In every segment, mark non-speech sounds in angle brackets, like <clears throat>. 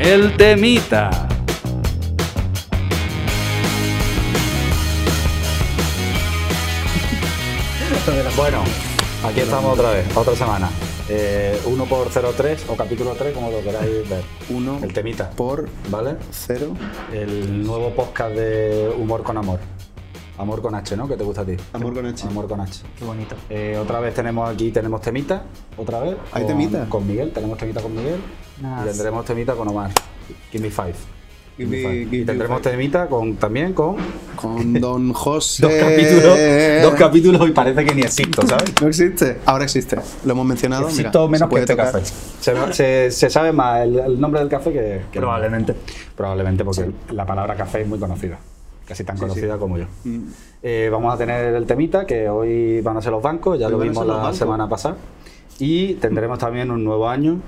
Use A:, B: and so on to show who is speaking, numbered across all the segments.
A: El temita.
B: Bueno, aquí estamos otra vez, otra semana. Eh, 1 por 03 o capítulo 3, como lo queráis ver.
C: 1
B: El temita,
C: por
B: ¿vale?
C: 0.
B: El nuevo podcast de Humor con Amor. Amor con H, ¿no? Que te gusta a ti.
C: Amor con H.
B: Amor con H.
D: Qué bonito.
B: Eh, otra vez tenemos aquí, tenemos temita, otra vez.
C: ¿Hay
B: con-
C: temita?
B: Con Miguel, tenemos temita con Miguel.
D: Nah,
B: y tendremos temita con Omar. Give me five.
C: Give me-
B: five.
C: give
B: y
C: you
B: tendremos
C: five.
B: temita con, también con
C: Con Don
B: <laughs>
C: José.
B: dos capítulos. Dos capítulos y parece que ni existo, ¿sabes?
C: No existe. Ahora existe. Lo hemos mencionado. mira,
B: Existo
C: se
B: menos que
C: puede
B: este
C: tocar.
B: café. Se, se- se sabe más el, el nombre del café que, que-
D: Probablemente.
B: Probablemente, porque la palabra café es muy conocida. Casi tan conocida como yo.
C: Mm.
B: Eh, vamos a tener el temita, que hoy van a ser los bancos, ya
C: Hoy
B: lo
C: van a
B: vimos
C: ser los
B: la
C: bancos.
B: semana pasada. Y tendremos también un nuevo año.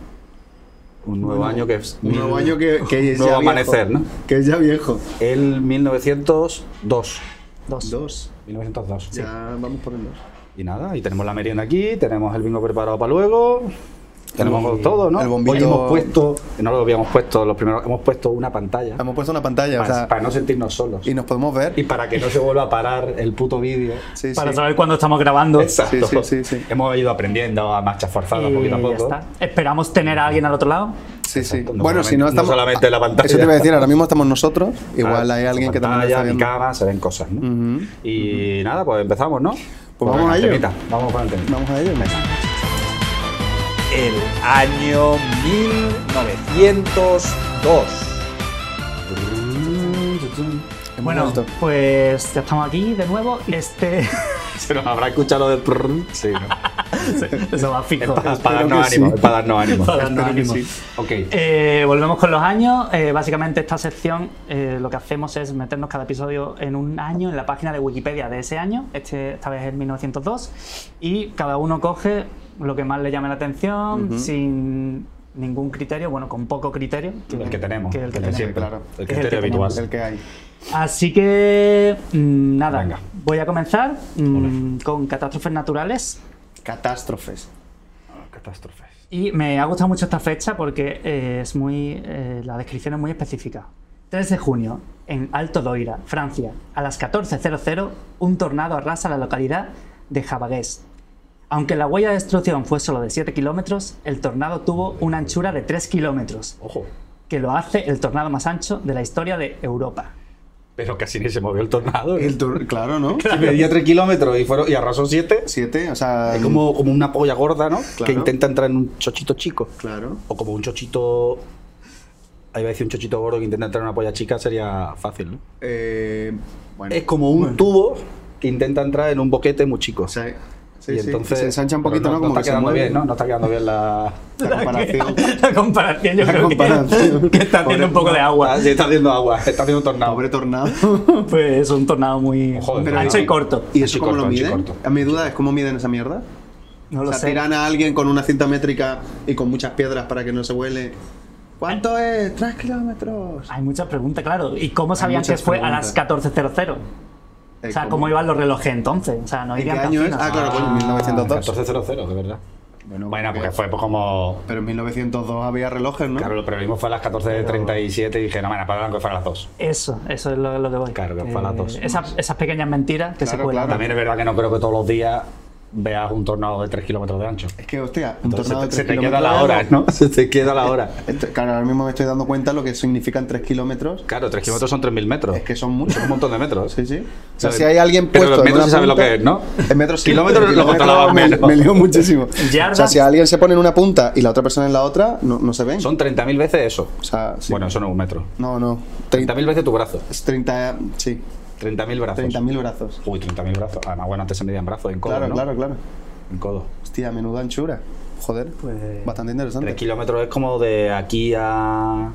B: Un nuevo
C: Bueno,
B: año que es.
C: Un nuevo
B: mil-
C: año que, que es
B: Nuevo
C: ya viejo.
B: amanecer, ¿no?
C: Que es ya viejo.
B: El 1902.
D: dos.
C: Dos.
B: 1902.
C: Ya vamos por el dos.
B: Y nada, y tenemos la merienda aquí, tenemos el bingo preparado para luego. Tenemos
C: Y
B: todo, ¿no?
C: el bombito-
B: Hoy hemos puesto, que no lo habíamos puesto, los primeros, hemos puesto una pantalla
C: Hemos puesto una pantalla, o
B: para,
C: sea,
B: para no sentirnos solos.
C: y nos podemos ver.
B: Y para que no se vuelva a parar el puto vídeo.
C: Sí,
D: Para
C: sí.
D: saber cuándo estamos grabando.
B: Exacto.
C: Sí, sí, sí, sí.
B: Hemos ido aprendiendo a marcha forzada
D: Y
B: poquito a
D: ya
B: poco.
D: está. Esperamos tener a alguien al otro lado.
C: Sí, sí.
B: Exacto, no
C: bueno, si no
B: solamente- no
C: estamos.
B: solamente la pantalla.
C: Eso te iba a decir, ahora mismo estamos nosotros.
B: Claro,
C: Igual hay alguien que también lo
B: Ah,
C: está
B: pantalla, mi
C: viendo.
B: cama, se ven cosas, ¿no?
C: Ujú.
B: Y nada, pues empezamos, ¿no?
C: Pues vamos
B: venga,
C: a ello.
B: temita, Vamos con el temita.
C: Vamos a ello.
E: El año 1902.
C: Hemos
D: Bueno,
C: vuelto.
D: pues ya estamos aquí de
B: <laughs>
D: nuevo. Este. <laughs>
B: Se nos habrá escuchado lo del prrrr. Sí, <laughs> ¿no?
D: Eso va
B: Es
D: fijo.
B: para, darnos
C: que
B: ánimo,
C: sí.
B: es para darnos ánimo.
D: Para darnos
B: Espero que
D: ánimo.
B: sí. Ok.
D: Eh, volvemos con los años. Eh, básicamente esta sección eh, lo que hacemos es meternos cada episodio en un año en la página de Wikipedia de ese año. Este, esta vez es 1902. Y cada uno coge lo que más le llame la atención sin ningún criterio, bueno, con poco criterio.
B: El que tenemos.
D: Que el que
B: de
D: tenemos.
B: siempre.
C: Claro.
B: El
D: Es el que
B: criterio habitual.
C: El que hay.
D: Así que mm, nada,
B: Venga.
D: voy a comenzar mm, con catástrofes naturales.
C: Catástrofes.
B: Catástrofes.
D: Y me ha gustado mucho esta fecha porque eh, es muy, eh, la descripción es muy específica. 3 de junio, en Alto Doira, Francia, a las 14.00, un tornado arrasa la localidad de Javagués. Aunque la huella de destrucción fue solo de 7 kilómetros, el tornado tuvo una anchura de 3 kilómetros,
B: Ojo.
D: que lo hace el tornado más ancho de la historia de Europa.
B: Pero casi ni se movió el tornado. ¿eh? <laughs>
C: El tur- claro, ¿no?
B: Si medía 3 kilómetros y, fueron, y arrasó 7.
C: Siete, o sea.
B: Es como, como una polla gorda, ¿no? Que
C: Claro.
B: intenta entrar en un chochito chico.
C: Claro.
B: O como un chochito. Ahí va a decir un chochito gordo que intenta entrar en una polla chica, sería fácil, ¿no?
C: Eh, bueno.
B: Es como un
C: Bueno.
B: tubo que intenta entrar en un boquete muy chico.
C: O sea, sí,
B: y
C: sí,
B: entonces.
C: se ensancha un
B: pero
C: poquito, ¿no? Como
B: no
C: que
B: está
C: se
B: quedando
C: mueve.
B: bien, ¿no? No está quedando bien la.
C: La comparación.
D: <laughs> La comparación yo
C: La
D: creo que-
C: comparación.
D: <laughs> Que, está haciendo
C: Pobre
D: un poco de agua.
B: Ah, <laughs>
D: <laughs>
B: sí, está haciendo agua, está haciendo tornado.
C: Pobre tornado.
B: <laughs>
D: Pues es un tornado muy
B: Joder,
C: Pero
D: ancho
C: no.
D: y corto.
C: ¿Y
B: Anchi
C: eso cómo
B: corto,
C: lo
B: anchi
C: miden?
B: corto.
C: A mi duda es cómo miden esa mierda.
D: No
C: o
D: lo
C: sea,
D: sé.
C: tiran a alguien con una cinta métrica y con muchas piedras para que no se huele. ¿Cuánto es? Tres kilómetros.
D: Hay muchas preguntas, claro. ¿Y cómo sabían que
C: muchas
D: fue
C: preguntas.
D: a las 14.00? O
C: Eh,
D: sea,
C: ¿cómo?
D: ¿cómo iban los relojes entonces? O sea, no
C: ¿En qué
D: irían
C: año es?
D: tan finos.
C: Ah, claro, pues en 1902.
B: 14.00, de verdad.
C: Bueno,
B: Bueno, porque
C: porque-
B: fue pues, como.
C: Pero en 1902 había relojes, ¿no?
B: Claro, lo prevismo fue a las 14.37 y dije, no, bueno, para que fuera a las 2.
D: Eso, eso es lo, lo que voy.
B: Claro, que fue a las dos.
D: esas, esas pequeñas mentiras que se
C: Claro,
D: cuelan.
C: claro.
B: También es verdad que no creo que todos los días veas un tornado de 3 kilómetros de ancho.
C: Es que, hostia, un
B: Entonces,
C: tornado
B: se, te-
C: de tres
B: se te queda
C: kilómetros
B: la hora,
C: era-
B: ¿no? <laughs> Se te queda la hora.
C: Esto- Claro, ahora mismo me estoy dando cuenta lo que significan 3 kilómetros.
B: Claro, 3 kilómetros son 3.000 metros.
C: Es que son muchos.
B: un montón de metros.
C: Sí, sí. O sea,
B: ¿Sabes?
C: si hay alguien
B: Pero
C: puesto.
B: los metros
C: en
B: sí
C: una
B: sabes lo
C: punta-
B: que es, ¿no?
C: En metros sí,
B: Kilómetros
C: pero
B: lo controlabas
C: me,
B: menos.
C: me leo muchísimo.
D: Yardas.
C: O sea, si alguien se pone en una punta y la otra persona en la otra, no, no se ven.
B: Son 30.000 veces eso.
C: O sea, sí.
B: Bueno, eso no es un metro.
C: No, no. 30,
B: 30.000 veces tu brazo.
C: es 30 sí.
B: 30.000 brazos.
C: 30.000 brazos.
B: Uy, 30.000 brazos. Además, bueno, antes se medían brazos en codo.
C: Claro,
B: ¿no?
C: claro, claro.
B: En codo.
C: Hostia, menuda anchura. Joder,
D: Pues-
C: bastante
B: 3
C: interesante.
B: kilómetros es como de aquí a.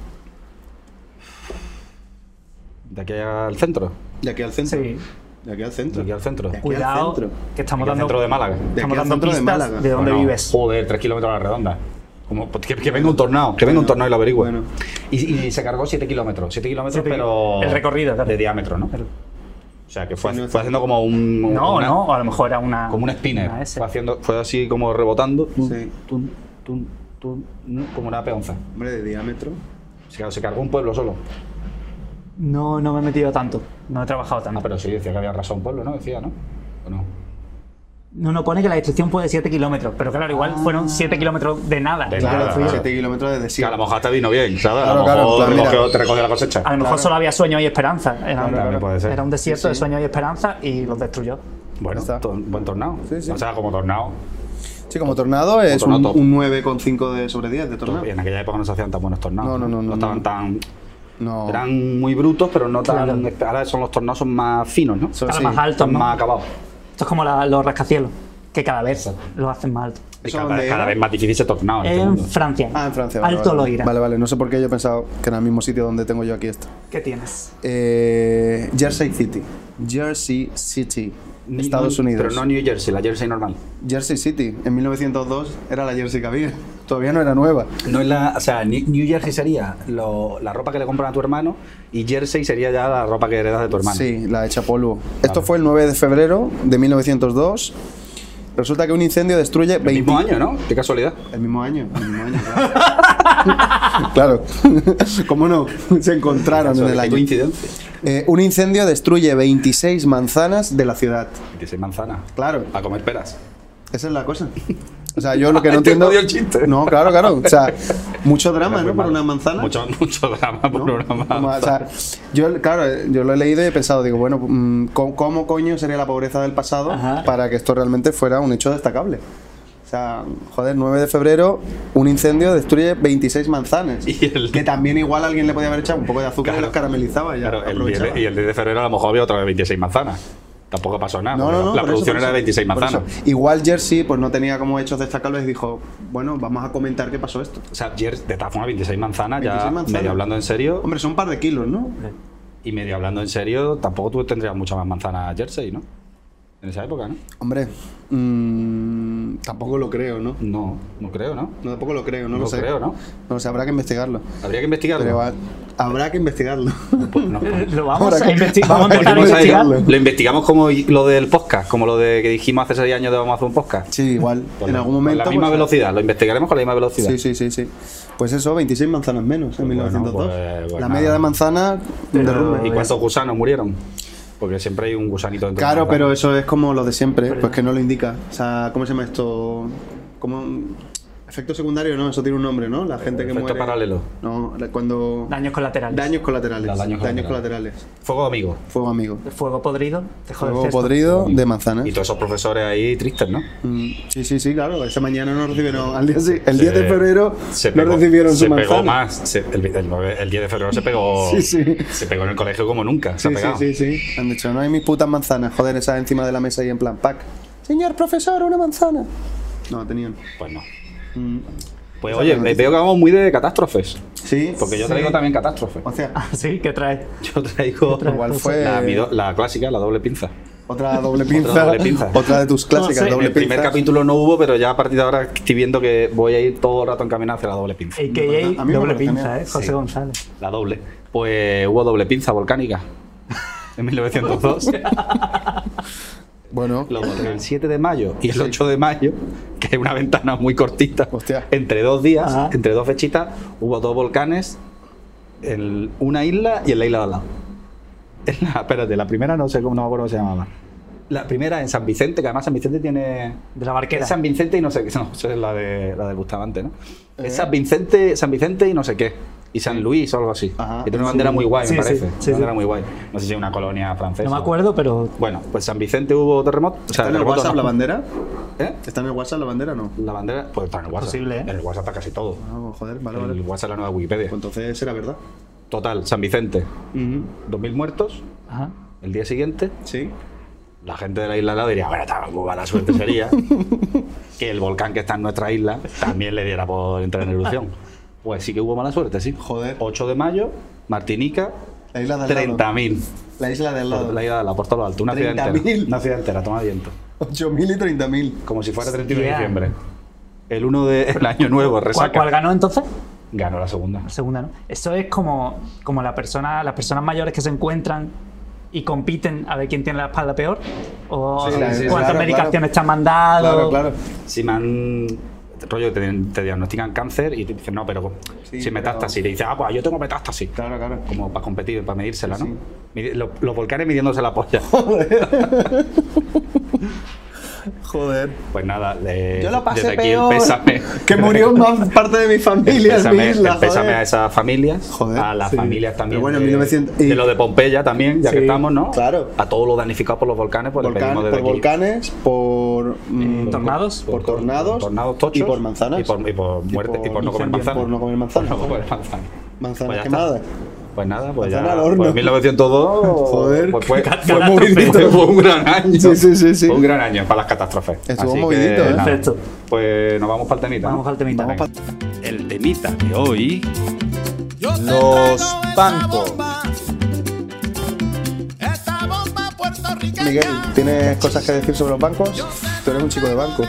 B: De aquí al centro.
C: De aquí al centro.
D: Sí,
C: De aquí al centro.
B: De aquí al centro.
C: De aquí al
D: cuidado,
C: centro.
D: que estamos
B: Aquí al
D: dando,
B: centro de Málaga.
C: De aquí
D: estamos
C: al
D: dando
C: centro de
D: pistas de,
C: Málaga.
D: dónde
B: Bueno,
D: vives.
B: Joder, 3 kilómetros a la redonda. Como, pues, que, que venga un tornado, que venga un
C: Bueno,
B: tornado y lo averigüe.
C: bueno.
B: Y, y se cargó 7 kilómetros, 7 kilómetros,
D: Siete-
B: pero.
D: el recorrido, claro.
B: De diámetro, ¿no?
D: Pero-
B: O sea, que fue,
C: Sí, no es-
B: fue haciendo como un.
D: no,
B: una-
D: no, a lo mejor era una.
B: Como un spinner.
D: una S.
B: Fue, haciendo, fue así como rebotando.
C: Sí.
B: Tun, tun, tun, tun, como una peonza.
C: Hombre, de diámetro.
B: Se, claro, se cargó un pueblo solo.
D: No, no me he metido tanto. No he trabajado
B: Ah,
D: tanto.
B: pero sí, decía que había arrasado un pueblo, ¿no? Decía, ¿no? ¿O no?
D: No, no pone que la destrucción fue de 7 kilómetros, pero claro, igual fueron 7 kilómetros de nada.
B: Ah. De
F: Claro,
B: nada,
F: fui
B: nada.
F: 7 kilómetros de
B: Sí,
F: desierto.
B: a lo mejor te vino bien, ¿sabes? a
F: Claro,
B: lo
F: claro, en
B: mejor
F: plan, mira.
B: recogió- te recogió la cosecha.
D: A lo mejor solo había sueño y esperanza. Era,
B: Claro, también puede ser.
D: era un desierto
F: Sí,
D: de
F: sí.
D: sueño y esperanza y los destruyó.
B: Bueno,
C: Está.
B: to- buen tornado.
C: Sí, sí.
B: O sea, como tornado.
C: Sí, como tornado es
B: Como
C: un,
B: tornado
C: un-
F: Un 9,5 de sobre 10 de torneo.
B: Y en aquella época no se hacían tan buenos tornados.
C: No, no, no, no,
B: estaban
C: no.
B: tan. Oh.
C: No.
B: Eran muy brutos, pero no tan.
D: Claro.
B: Ahora son los tornados son más finos, ¿no?
C: Son-
D: Ahora
C: sí,
D: más alto,
B: Están
D: ¿no?
B: más acabados.
D: Esto es como la- los rascacielos, que cada vez los hacen más altos.
B: Y
F: ¿Eso
B: cada,
F: dónde
B: cada
F: era?
B: vez más difícil ese tornado. en este
D: En
B: mundo.
D: Francia.
C: Ah, en Francia. vale,
D: Alto
C: vale.
D: Loira.
C: Vale, vale, no sé por qué yo he pensado que era el mismo sitio donde tengo yo aquí esto.
D: ¿Qué tienes?
C: Eh, Jersey City. Jersey City,
B: Ni-
C: Estados
B: no-
C: Unidos.
B: Pero no New Jersey, la Jersey normal.
C: Jersey City, en 1902 era la Jersey que había. <laughs> Todavía no era nueva.
B: No es la, o sea, Ni- New Jersey sería lo- la ropa que le compran a tu hermano y Jersey sería ya la ropa que heredas de tu hermano.
C: Sí, la hecha polvo. Esto fue el 9 de febrero de 1902. Resulta que un incendio destruye
B: El
C: 20...
B: mismo año, ¿no? Qué casualidad.
C: El mismo año, el
B: <laughs>
C: mismo año, <laughs> claro. <laughs> ¿Cómo no? Se encontraron en el
B: Qué
C: año.
B: coincidencia.
C: Eh, un incendio destruye 26 manzanas de la ciudad.
B: 26 manzanas.
C: Claro,
B: A comer peras.
C: esa es la cosa. O sea, yo
B: <laughs>
C: lo que no
B: Este
C: entiendo.
B: no dio el chiste.
C: No, claro, claro. O
B: <laughs>
C: sea, mucho drama,
B: Muy
C: ¿no? Por
B: malo.
C: una manzana.
B: Mucho, mucho drama <laughs> por
C: ¿no?
B: una
C: Como,
B: manzana.
C: o sea, yo, claro, yo lo he leído y he pensado, digo, bueno, mm, ¿cómo, cómo coño sería la pobreza del pasado
D: Ajá.
C: para que esto realmente fuera un hecho destacable? O sea, joder, 9 de febrero, un incendio destruye 26 manzanas.
B: <laughs> Y el-
C: Que también igual alguien le podía haber echado un poco de azúcar y
B: Claro.
C: los caramelizaba y ya.
B: Claro, el
C: aprovechaba.
B: 10 de- y el 10 de febrero a lo mejor había otra vez 26 manzanas. Tampoco pasó nada.
C: No,
B: porque
C: no, no,
B: la
C: por
B: producción
C: eso,
B: era
C: por
B: de 26
C: eso, por
B: manzanas.
C: eso. Igual Jersey pues no tenía como hechos destacables y dijo, bueno, vamos a comentar qué pasó esto.
B: O sea, ayer de todas formas 26 manzanas,
C: 26
B: ya
C: manzanas.
B: medio hablando en serio.
C: Hombre, son un par de kilos, ¿no?
B: Y medio hablando en serio, tampoco tú tendrías mucha más manzana Jersey, ¿no? En esa época, ¿no?
C: Hombre, mm, tampoco lo creo, ¿no?
B: No, no creo, ¿no?
C: No, tampoco lo creo, no,
B: No
C: lo sé.
B: creo, ¿no?
C: No lo sé, habrá que investigarlo.
B: Habría que investigarlo.
C: Pero va- habrá que <laughs> investigarlo.
B: Pues no, pues-
D: Eh, Lo vamos
C: Ahora
D: a
C: que- <laughs>
D: investigar. Vamos a
C: ahora que
D: empezar a
C: no sabía
D: investigar.
C: hablarlo.
B: Lo investigamos como lo del podcast, como lo de que dijimos hace seis años de vamos a hacer un podcast.
C: sí, igual.
B: Con
C: en
B: la-
C: algún
B: con
C: momento.
B: la misma
C: pues,
B: velocidad, lo investigaremos con la misma velocidad.
C: Sí, sí, sí, sí. Pues eso, 26 manzanas menos
B: Pues
C: en
B: bueno,
C: 1902.
B: pues- pues
C: la
B: nada.
C: media de manzana derrumbe.
B: ¿Y cuántos gusanos murieron? Porque siempre hay un gusanito dentro.
C: Claro,
B: de la
C: pero
B: manzana.
C: eso es como lo de siempre, pues que no lo indica. O sea, ¿cómo se llama esto? Como un- efecto secundario, no, eso tiene un nombre, ¿no? La gente que
B: Efecto
C: muere.
B: paralelo.
C: No, la- cuando
D: Daños colaterales.
C: daños colaterales,
B: Los daños
C: daños, colaterales.
B: Fuego amigo.
C: Fuego amigo.
D: Fuego podrido. Te jode el
C: Fuego
D: cesto.
C: podrido de manzana.
B: Y todos esos profesores ahí tristes, ¿no?
C: Mm, Sí, sí, sí, claro. Esa mañana no recibieron. Al día, si- el 10 de
B: Se-
C: febrero
B: se
C: no
B: pegó-
C: recibieron su
B: se
C: manzana.
B: pegó más. Se- el, el nueve- el 10 de febrero se pegó.
C: <laughs> Sí, sí.
B: Se pegó en el colegio como nunca. Se
C: Sí,
B: ha pegado.
C: sí, sí, sí. Han dicho, no hay mis putas manzanas. Joder, esas encima de la mesa y en plan, pack. Señor profesor, una manzana. No, tenían.
B: Pues no.
C: Mm,
B: Pues oye, me veo que vamos muy de catástrofes.
C: Sí.
B: Porque yo traigo también catástrofes.
C: O sea,
D: Ah, <laughs> sí, ¿qué traes?
B: <laughs> Yo traigo
D: Otra
C: igual fue
B: la, mi do- la clásica, la doble pinza.
C: otra doble pinza. <laughs> Otra,
B: doble pinza.
C: de tus
D: No
C: clásicas,
D: sé.
C: doble
B: el primer
C: pinza.
B: capítulo no hubo, pero ya a partir de ahora estoy viendo que voy a ir todo el rato encaminado hacia la doble pinza.
D: AKA
C: A mí me
D: doble
C: parece
D: pinza,
C: genial.
D: ¿eh? José
B: Sí.
D: González.
B: La doble. Pues hubo doble pinza <laughs> volcánica. En <laughs> 1902.
C: Bueno,
B: Lo- entre el 7 de mayo y el 8 de mayo, que es una ventana muy cortita,
C: Hostia.
B: entre dos días,
D: Ajá.
B: entre dos fechitas, hubo dos volcanes en una isla y en la isla de al lado. En la- espérate, la primera no sé cómo, no me acuerdo cómo se llamaba. La primera en San Vicente, que además San Vicente tiene...
D: De la barquera.
B: Es San Vicente y no sé qué, <laughs> no, esa es la de, la de Bustamante, ¿no? Es
C: Eh.
B: San Vicente, San Vicente y no sé qué. Y San Luis o algo así.
C: Ajá.
B: que tiene una bandera muy guay,
D: Sí,
B: me
D: sí,
B: parece. una
D: sí, sí.
B: bandera muy guay. No sé si es una colonia francesa.
D: No me acuerdo, pero
B: Bueno, pues San Vicente hubo terremoto. O sea,
C: ¿está en el
B: terremoto
C: WhatsApp
B: no.
C: la bandera?
B: ¿Eh?
C: ¿Está en el WhatsApp la bandera o no?
B: La bandera, pues está en el WhatsApp.
D: posible, ¿eh?
B: En el WhatsApp está casi todo.
C: No, joder, vale,
B: El
C: vale. Pues
B: WhatsApp es la nueva Wikipedia.
C: entonces era verdad.
B: Total, San Vicente.
C: Ujú.
B: 2.000 muertos.
D: Ajá.
B: El día siguiente,
C: Sí.
B: la gente de la isla al lado diría, bueno, está muy mala suerte
C: <laughs>
B: sería que el volcán que está en nuestra isla también le diera por entrar en erupción. Pues sí que hubo mala suerte, sí.
C: Joder.
B: 8 de mayo, Martinica,
C: La isla del lado.
B: 30.000.
C: La isla del
B: Por
C: lado.
B: La isla de la, por todo lo alto. Una ciudad entera.
C: 30.000.
B: Una ciudad entera, toma viento.
C: 8.000 y 30.000.
B: Como si fuera 31 de
D: Hostia.
B: diciembre. El 1 del año nuevo,
D: ¿Cuál,
B: resaca.
D: cuál ganó entonces?
B: Ganó la segunda.
D: La segunda, ¿no? Eso es como, como la persona, las personas mayores que se encuentran y compiten a ver quién tiene la espalda peor o
C: Sí, sí, sí,
D: cuántas
C: claro,
D: medicaciones
C: claro.
D: te han mandado.
C: Claro,
D: eh,
C: claro.
B: Si me han. rollo te, te diagnostican cáncer y te dicen, no, pero
C: Sí,
B: sin
C: pero-
B: metástasis. Y dices, ah, pues yo tengo metástasis.
C: Claro, claro.
B: Como para competir, para medírsela, ¿no?
C: Sí.
B: Mide- lo- Los, volcanes midiéndose la
C: <laughs>
B: polla.
C: Joder.
B: Pues nada, de-
C: Yo lo pasé
B: desde aquí
C: peor.
B: el pésame.
C: <laughs> Que
B: <laughs>
C: murió más parte de mi familia en mi
B: Pésame,
C: isla,
B: pésame
C: joder.
B: a esas familias,
C: Joder,
B: a las
C: sí.
B: familias también.
C: Pero bueno,
B: de,
C: 1900 y-
B: de lo de Pompeya también, ya
C: Sí,
B: que estamos, ¿no?
C: claro.
B: A todos los danificados por los volcanes, pues
C: Volcan-
B: les pedimos
C: por
B: desde aquí. Eh,
C: volcanes, por mm,
D: tornados.
C: por tornados,
B: tornados tochos,
C: y por manzanas
B: y por, y por muerte y por no comer
C: incendios,
B: manzanas.
C: por no comer manzanas.
B: Por <laughs> no comer manzanas.
C: manzanas
B: Pues ya
C: quemadas.
B: está. Pues nada, pues
C: Manzana al
B: ya.
C: horno.
B: Pues 1902.
C: <laughs> Joder,
B: pues fue,
D: qué
B: fue muy
D: catástrofe.
B: fue un gran año.
C: Sí, sí, sí, sí.
B: Fue un gran año para las catástrofes.
C: Estuvo
B: Así que,
C: movidito, ¿eh?
B: nada,
D: Perfecto.
B: Pues nos vamos para el temita.
D: Vamos al temita.
B: Vamos
A: El temita de hoy.
G: Los bancos.
C: Miguel, ¿tienes cosas que decir sobre los bancos? Tú eres un chico de banco.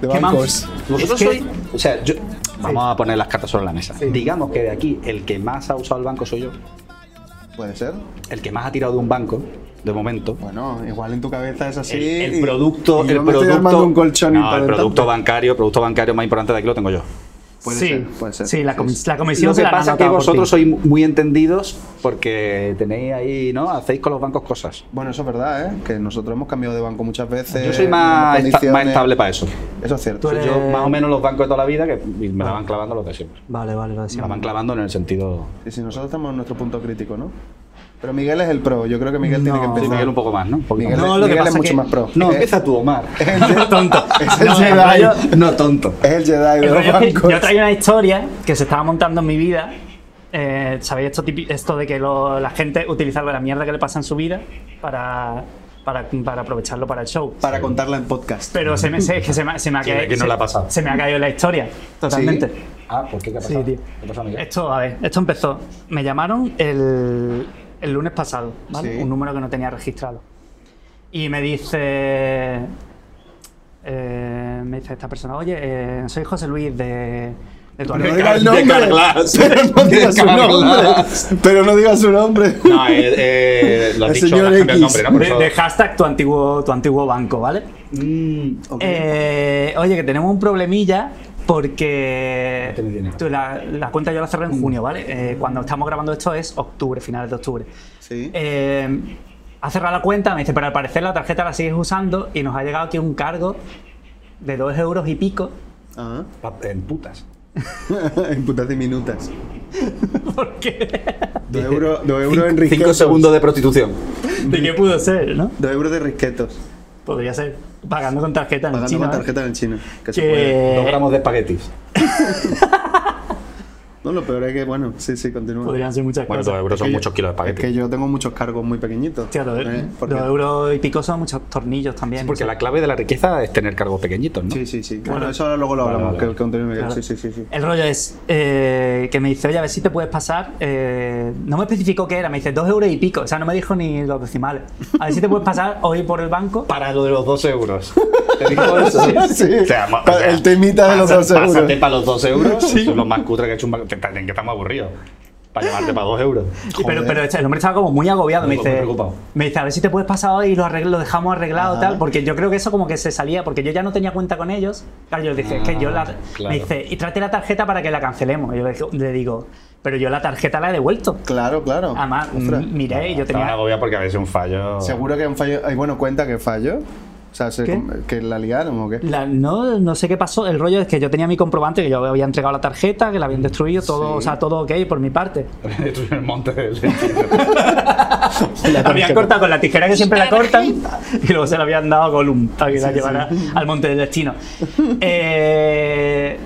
C: De bancos.
B: Vosotros
D: Es que-
B: sois- O sea, yo. Vamos a poner las cartas sobre la mesa. Digamos que de aquí el que más ha usado el banco soy yo.
C: Puede ser.
B: El que más ha tirado de un banco, de momento.
C: Bueno, igual en tu cabeza es así.
B: El, el
C: y-
B: producto,
C: y
B: el
C: yo me
B: producto,
C: Estoy armando un colchón
B: no, el
C: impregnante.
B: producto bancario, producto bancario más importante de aquí lo tengo yo.
C: Puede
D: sí,
C: ser, puede ser.
D: sí, la,
C: Sí,
D: comi-
C: sí.
D: la comisión
B: Lo
D: se
B: que
D: la han
B: pasa es que
D: anotado por
B: vosotros
D: ti.
B: sois muy entendidos porque tenéis ahí, ¿no? Hacéis con los bancos cosas.
C: Bueno, eso es verdad, ¿eh? Que nosotros hemos cambiado de banco muchas veces.
B: Yo soy más,
C: mismas
B: esta- más
C: Eh, condiciones. Eh.
B: estable para eso.
C: Eso es cierto.
D: Tú eres-
B: Yo, más o menos los bancos de toda la vida que me
C: Ah.
B: la van clavando los de siempre.
D: Vale, vale, vale. sí. <laughs>
B: Me la van clavando en el sentido.
C: Sí, sí, nosotros estamos en nuestro punto crítico, ¿no? Pero Miguel es el pro. Yo creo que Miguel tiene que
D: No.
C: empezar.
B: Sí, Miguel un poco más, ¿no? Un poquito
C: Miguel,
B: más.
D: No,
C: es-
D: lo que
C: Miguel es
D: pasa
C: mucho
D: que-
C: más pro. Eh.
B: No,
C: Es-
B: empieza tú,
C: <laughs>
B: Omar.
D: No, tonto.
C: Es el
D: No,
C: Jedi.
D: el rollo-
B: No tonto.
C: Es el Jedi de
D: el
C: los
D: rollo es que
C: bancos.
D: yo traía una historia que se estaba montando en mi vida. Eh, ¿Sabéis esto, tipi- esto de que lo- la gente utiliza la mierda que le pasa en su vida para, para, para aprovecharlo para el show?
C: Para contarla en podcast.
D: Pero se me, se, es que se me, se me ha
B: Sí, de
D: caído.
B: que no
D: se-
B: la ha pasado.
D: Se me ha caído la historia. Totalmente.
B: Ah, ¿por qué? ¿Qué ha
D: Sí,
B: pasado?
D: tío.
B: ¿Qué ha pasado, Miguel?
D: Esto, a ver, esto empezó. Me llamaron el, el lunes pasado, ¿vale?
C: Sí.
D: Un número que no tenía registrado. Y me dice. eh, me dice esta persona, oye, eh, soy José Luis de. de tu
C: No
D: amigo".
C: diga
B: De
C: el nombre.
B: Carglass.
C: <laughs> Pero no diga su
B: De
C: nombre.
B: Carglass.
C: Pero no diga su nombre.
B: No, eh, eh, lo has
C: El
B: dicho,
C: señor
B: has cambiado el
C: X.
B: nombre, ¿no? Por
D: de,
B: eso-
D: de hashtag tu antiguo, tu antiguo banco, ¿vale? Mm,
C: Ok.
D: Eh, oye, que tenemos un problemilla porque
B: No tienes dinero. Mm.
D: tú, la, la cuenta yo la cerré en junio, ¿vale? Eh, cuando estamos grabando esto es octubre, finales de octubre.
C: Sí.
D: Eh, ha cerrado la cuenta, me dice, pero al parecer la tarjeta la sigues usando y nos ha llegado aquí un cargo de 2 euros y pico <laughs>
C: <laughs> Ah.
B: Pa- En putas.
C: en putas diminutas.
B: <laughs>
D: porque...
C: Dos euros dos euros en
B: Cinco
C: risquetos.
B: segundos de prostitución.
D: ¿De qué pudo ser, no?
C: Dos euros de risquetos.
D: Podría ser pagando con tarjeta en
C: Pagando
D: China.
C: con
D: ¿eh?
C: tarjeta en China. Que se
D: Que-
C: puede.
B: Dos gramos de espaguetis.
C: No, lo peor es que, bueno, sí, sí, continúa.
D: Podrían ser muchas
B: Bueno, pues, dos
D: cosas.
B: euros son
C: que yo-
B: muchos kilos de
C: Es
B: espaguetis.
C: que yo tengo muchos cargos muy pequeñitos.
D: Hostia, dos,
C: ¿eh?
D: dos
C: Porque-
D: euros y pico son muchos tornillos también.
B: Porque
D: o sea.
B: la clave de la riqueza es tener cargos pequeñitos, ¿no?
C: Sí, sí, sí. Bueno,
D: Claro.
C: eso ahora luego lo
B: Vale,
C: hablamos,
B: vale.
C: que el contenido Miguel. Sí,
D: Claro.
C: sí, sí, sí.
D: El rollo es eh, que me dice, oye, a ver si te puedes pasar. eh, no me especificó qué era, me dice dos euros y pico. O sea, no me dijo ni los decimales. A ver si te puedes pasar hoy por el banco.
B: <laughs> Para lo de los dos
C: <laughs>
B: euros. Te digo eso.
C: Sí.
B: O sea, mo-
C: Pa-
B: o sea,
C: el temita de los dos euros.
B: Pásate para los dos euros. Eso es lo más cutre que ha hecho un banco. Te- te- que estamos aburridos. Para llamarte para dos euros.
D: Y Pero, pero el hombre estaba como muy agobiado. Me
B: Muy
D: dice,
B: preocupado.
D: me dice, a ver si te puedes pasar hoy y lo, arreglo, lo dejamos arreglado
C: Ajá.
D: tal. Porque yo creo que eso como que se salía, porque yo ya no tenía cuenta con ellos. Claro, yo le dije, es que yo la.
B: Ah, claro.
D: Me dice, y trate la tarjeta para que la cancelemos. Y yo le, digo- le digo, pero yo la tarjeta la he devuelto.
C: Claro, claro.
D: Además,
C: Ostras.
D: m- miré y yo
B: Estaban
D: tenía.
B: agobiados porque había sido un
D: Oh.
B: fallo.
C: Seguro que han fallo. Ay, bueno, cuenta que fallo. O sea, se-
D: ¿Qué?
C: que la liaron o qué.
D: La- no, no sé qué pasó. El rollo es que yo tenía mi comprobante, que yo había entregado la tarjeta, que la habían destruido, todo,
C: Sí.
D: o sea, todo ok por mi parte.
B: Habían destruido el monte del.
C: La
D: habían
C: tarjeta.
D: cortado con <laughs> la tijera que siempre la cortan y luego se la habían dado a Gollum para que la
C: Sí,
D: llevara
C: sí.
D: al monte del destino. Eh,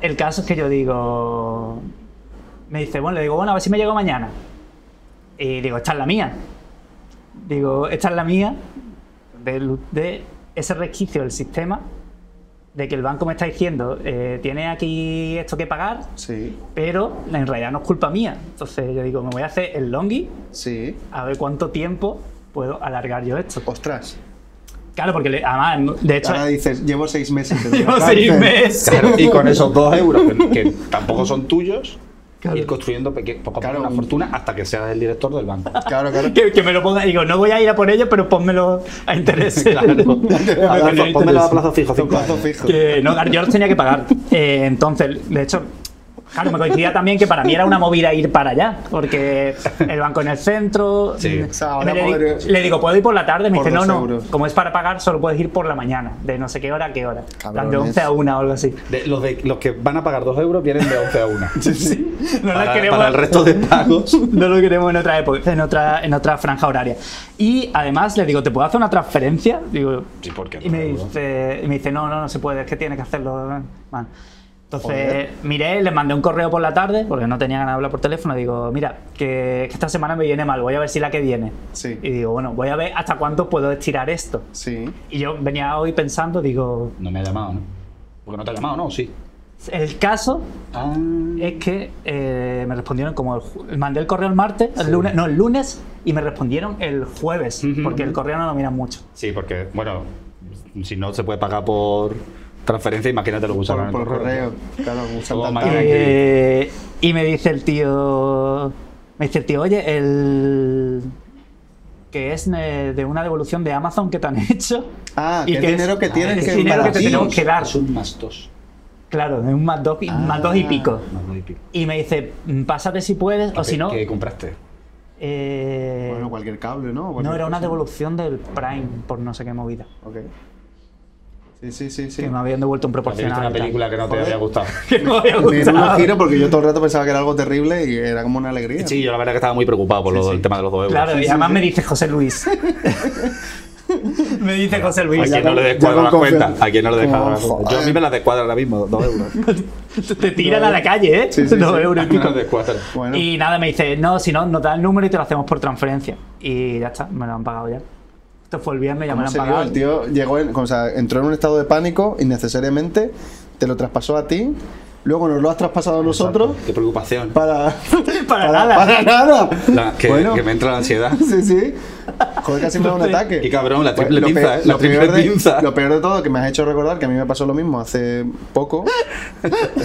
D: el caso es que yo digo. Me dice, bueno, le digo, bueno, a ver si me llego mañana. Y digo, esta es la mía. Digo, esta es la mía del- de, ese resquicio del sistema de que el banco me está diciendo, eh, tiene aquí esto que pagar,
C: Sí,
D: pero en realidad no es culpa mía. Entonces yo digo, me voy a hacer el longi
C: sí.
D: a ver cuánto tiempo puedo alargar yo esto.
C: Ostras.
D: Claro, porque le- además, de hecho,
C: Ahora
D: <laughs>
C: dices, llevo seis meses. de
D: llevo
C: cárcel.
D: seis meses.
B: Claro, y con esos dos euros que, que tampoco son tuyos,
D: Claro.
B: ir construyendo peque- poco a poco
C: Claro,
B: una
C: un-
B: fortuna hasta que seas el director del banco.
C: Claro,
D: <laughs>
C: claro.
D: Que, que me lo ponga, digo, no voy a ir a por ello, pero pónmelo a interés.
B: A ver,
D: Pónmelo a
B: pónmelo a
D: interés.
B: plazo fijo. cinco
C: Plazo
B: años.
C: fijo.
D: <laughs> Que no, yo los tenía que pagar. Eh, entonces, de hecho, claro, me coincidía también que para mí era una movida ir para allá, porque el banco en el centro.
B: Sí.
D: mm,
C: O sea, ahora
D: me le, di-
C: podré-
D: le digo, ¿puedo ir por la tarde? Me
C: Por
D: dice, no,
C: dos
D: no,
C: euros.
D: como es para pagar, solo puedes ir por la mañana, de no sé qué hora a qué hora. En plan, De
C: Cabrones.
D: 11 a 1 o algo así. <laughs>
B: De- los, de- los que van a pagar 2 euros vienen de 11 a 1. <laughs>
D: No la
B: para,
D: queremos-
B: para el resto de pagos.
D: <laughs> No lo queremos en otra época, en otra, en otra franja horaria. Y además le digo, ¿te puedo hacer una transferencia? Digo,
B: Sí, ¿por qué no?
D: y, me dice, y me dice, no, no, no se puede, es que tienes que hacerlo. man". Entonces miré, les mandé un correo por la tarde, porque no tenía ganas de hablar por teléfono. Digo, mira, que, que esta semana me viene mal, voy a ver si la que viene.
C: Sí.
D: Y digo, bueno, voy a ver hasta cuánto puedo estirar esto.
C: Sí.
D: Y yo venía hoy pensando, digo,
B: No me ha llamado, ¿no? Porque no te ha llamado, ¿no? Sí.
D: el caso
B: Ah,
D: es que eh, me respondieron como el ju- mandé el correo el martes, el lunes, no, el lunes y me respondieron el jueves,
B: Ujú.
D: porque el correo no lo miran mucho.
B: Sí, porque, bueno, si no se puede pagar por transferencia, imagínate lo que usaron
C: Por,
B: en
C: por
B: el correo.
C: correo. Claro, un
B: Todo
C: saltante.
B: mal. Ah,
D: Eh, y me dice el tío, me dice el tío, oye, el que es eh, de una devolución de Amazon que te han <laughs> hecho.
C: Ah,
D: Y
C: que es
D: que es-
C: dinero que
D: ah,
C: tienes
D: es
C: que
D: dinero
C: para
D: que te
C: ti.
D: tenemos que dar.
B: Es un más dos.
D: Claro, es un más dos, y- más
C: Ah.
D: dos y pico.
B: Más dos y pico.
D: Y me dice, "Mm, pásate si puedes, o
B: ¿Qué-
D: si no.
B: ¿Qué compraste?
D: eh,
C: Bueno, cualquier cable, ¿no? O
D: no,
C: cualquier
B: pues
D: era una
C: cosa.
D: devolución del Prime por no sé qué movida.
C: Ok. Sí, sí, sí, sí.
D: Que me habían devuelto un
B: Porque viste
D: proporcional.
B: una
D: y tal.
B: película que no te había gustado.
D: <laughs>
C: <laughs>
D: que me había
C: Me dieron un
D: gustado.
C: giro porque yo todo el rato pensaba que era algo terrible y era como una alegría.
B: Sí, yo la verdad que estaba muy preocupado por lo, el tema de los dos euros.
D: Claro, y además me dice
C: <laughs>
D: José Luis. me dice José
B: A
D: Luis.
B: quien no le
C: Ya
B: descuadra
C: con
B: la cuenta.
C: confianza.
B: A quien no le descuadra la
C: Como,
B: cuenta. Yo a mí
C: joder.
B: me las descuadra ahora mismo, dos euros.
D: Te tiran a la calle, ¿eh?
C: Sí, sí,
D: Dos
C: sí.
D: euros y
B: Me
D: pico.
B: las descuadra.
C: Bueno,
D: Y nada, me dice, no, si no, nos da el número y te lo hacemos por transferencia. Y ya está, me lo han pagado ya. Esto fue el viernes, ya
C: ¿cómo
D: me lo han
C: se dio?
D: pagado.
C: el tío llegó en- o sea, entró en un estado de pánico innecesariamente, te lo traspasó a ti, luego nos lo has traspasado a nosotros
B: Qué preocupación.
C: para,
D: <laughs> Para nada.
C: Para nada.
B: La- que,
C: bueno,
B: que me entra la ansiedad.
C: <laughs> sí, sí. Joder, casi me da un
D: Entonces-
C: ataque.
B: Y cabrón, la
C: Pues,
B: triple
C: lo
B: pinza,
C: peor-
B: ¿eh? La
C: lo
B: triple
C: peor de-
B: pinza.
C: Lo peor de todo, que me has hecho recordar que a mí me pasó lo mismo hace
B: <laughs>
C: poco,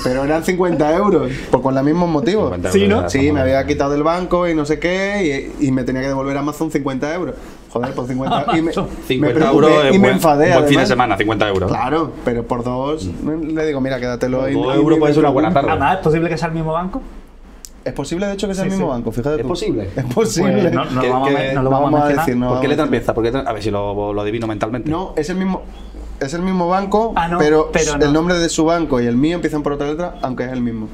C: pero eran 50 euros, por con los mismos motivos.
B: 50
D: Sí,
B: euros
D: ¿no?
B: de la
C: Sí, me
B: semana.
C: había quitado del banco y no sé qué, y, y me tenía que devolver a Amazon 50 euros. Joder, por
D: <laughs>
C: 50 y me,
D: Amazon.
C: me
B: 50
C: preocupé
B: euros es
C: y me
B: buen-
C: enfadé.
B: un Buen fin de
C: además.
B: semana, 50 euros.
C: Claro, pero por dos le digo, mira, quédatelo
B: Por
C: ahí.
B: dos
C: y-
B: euros
C: y-
B: puede ser una buena tarde.
D: Además, ¿es posible que sea el mismo banco?
C: Es posible, de hecho, que sea el
D: Sí,
C: mismo
D: sí.
C: banco, fíjate
B: ¿Es
C: tú.
B: posible?
C: Es posible.
D: Pues no, no
B: Que-
D: lo vamos, a,
B: que
D: men- no
C: no
D: lo vamos a mencionar.
C: decir, no.
B: ¿Por qué
C: vamos a
B: letra
C: decir.
B: empieza? ¿Por qué letra- A ver si lo, lo adivino mentalmente.
C: No, es el mismo. Es el mismo banco,
D: Ah, no,
C: pero,
D: pero no.
C: el nombre de su banco y el mío empiezan por otra letra, aunque es el mismo.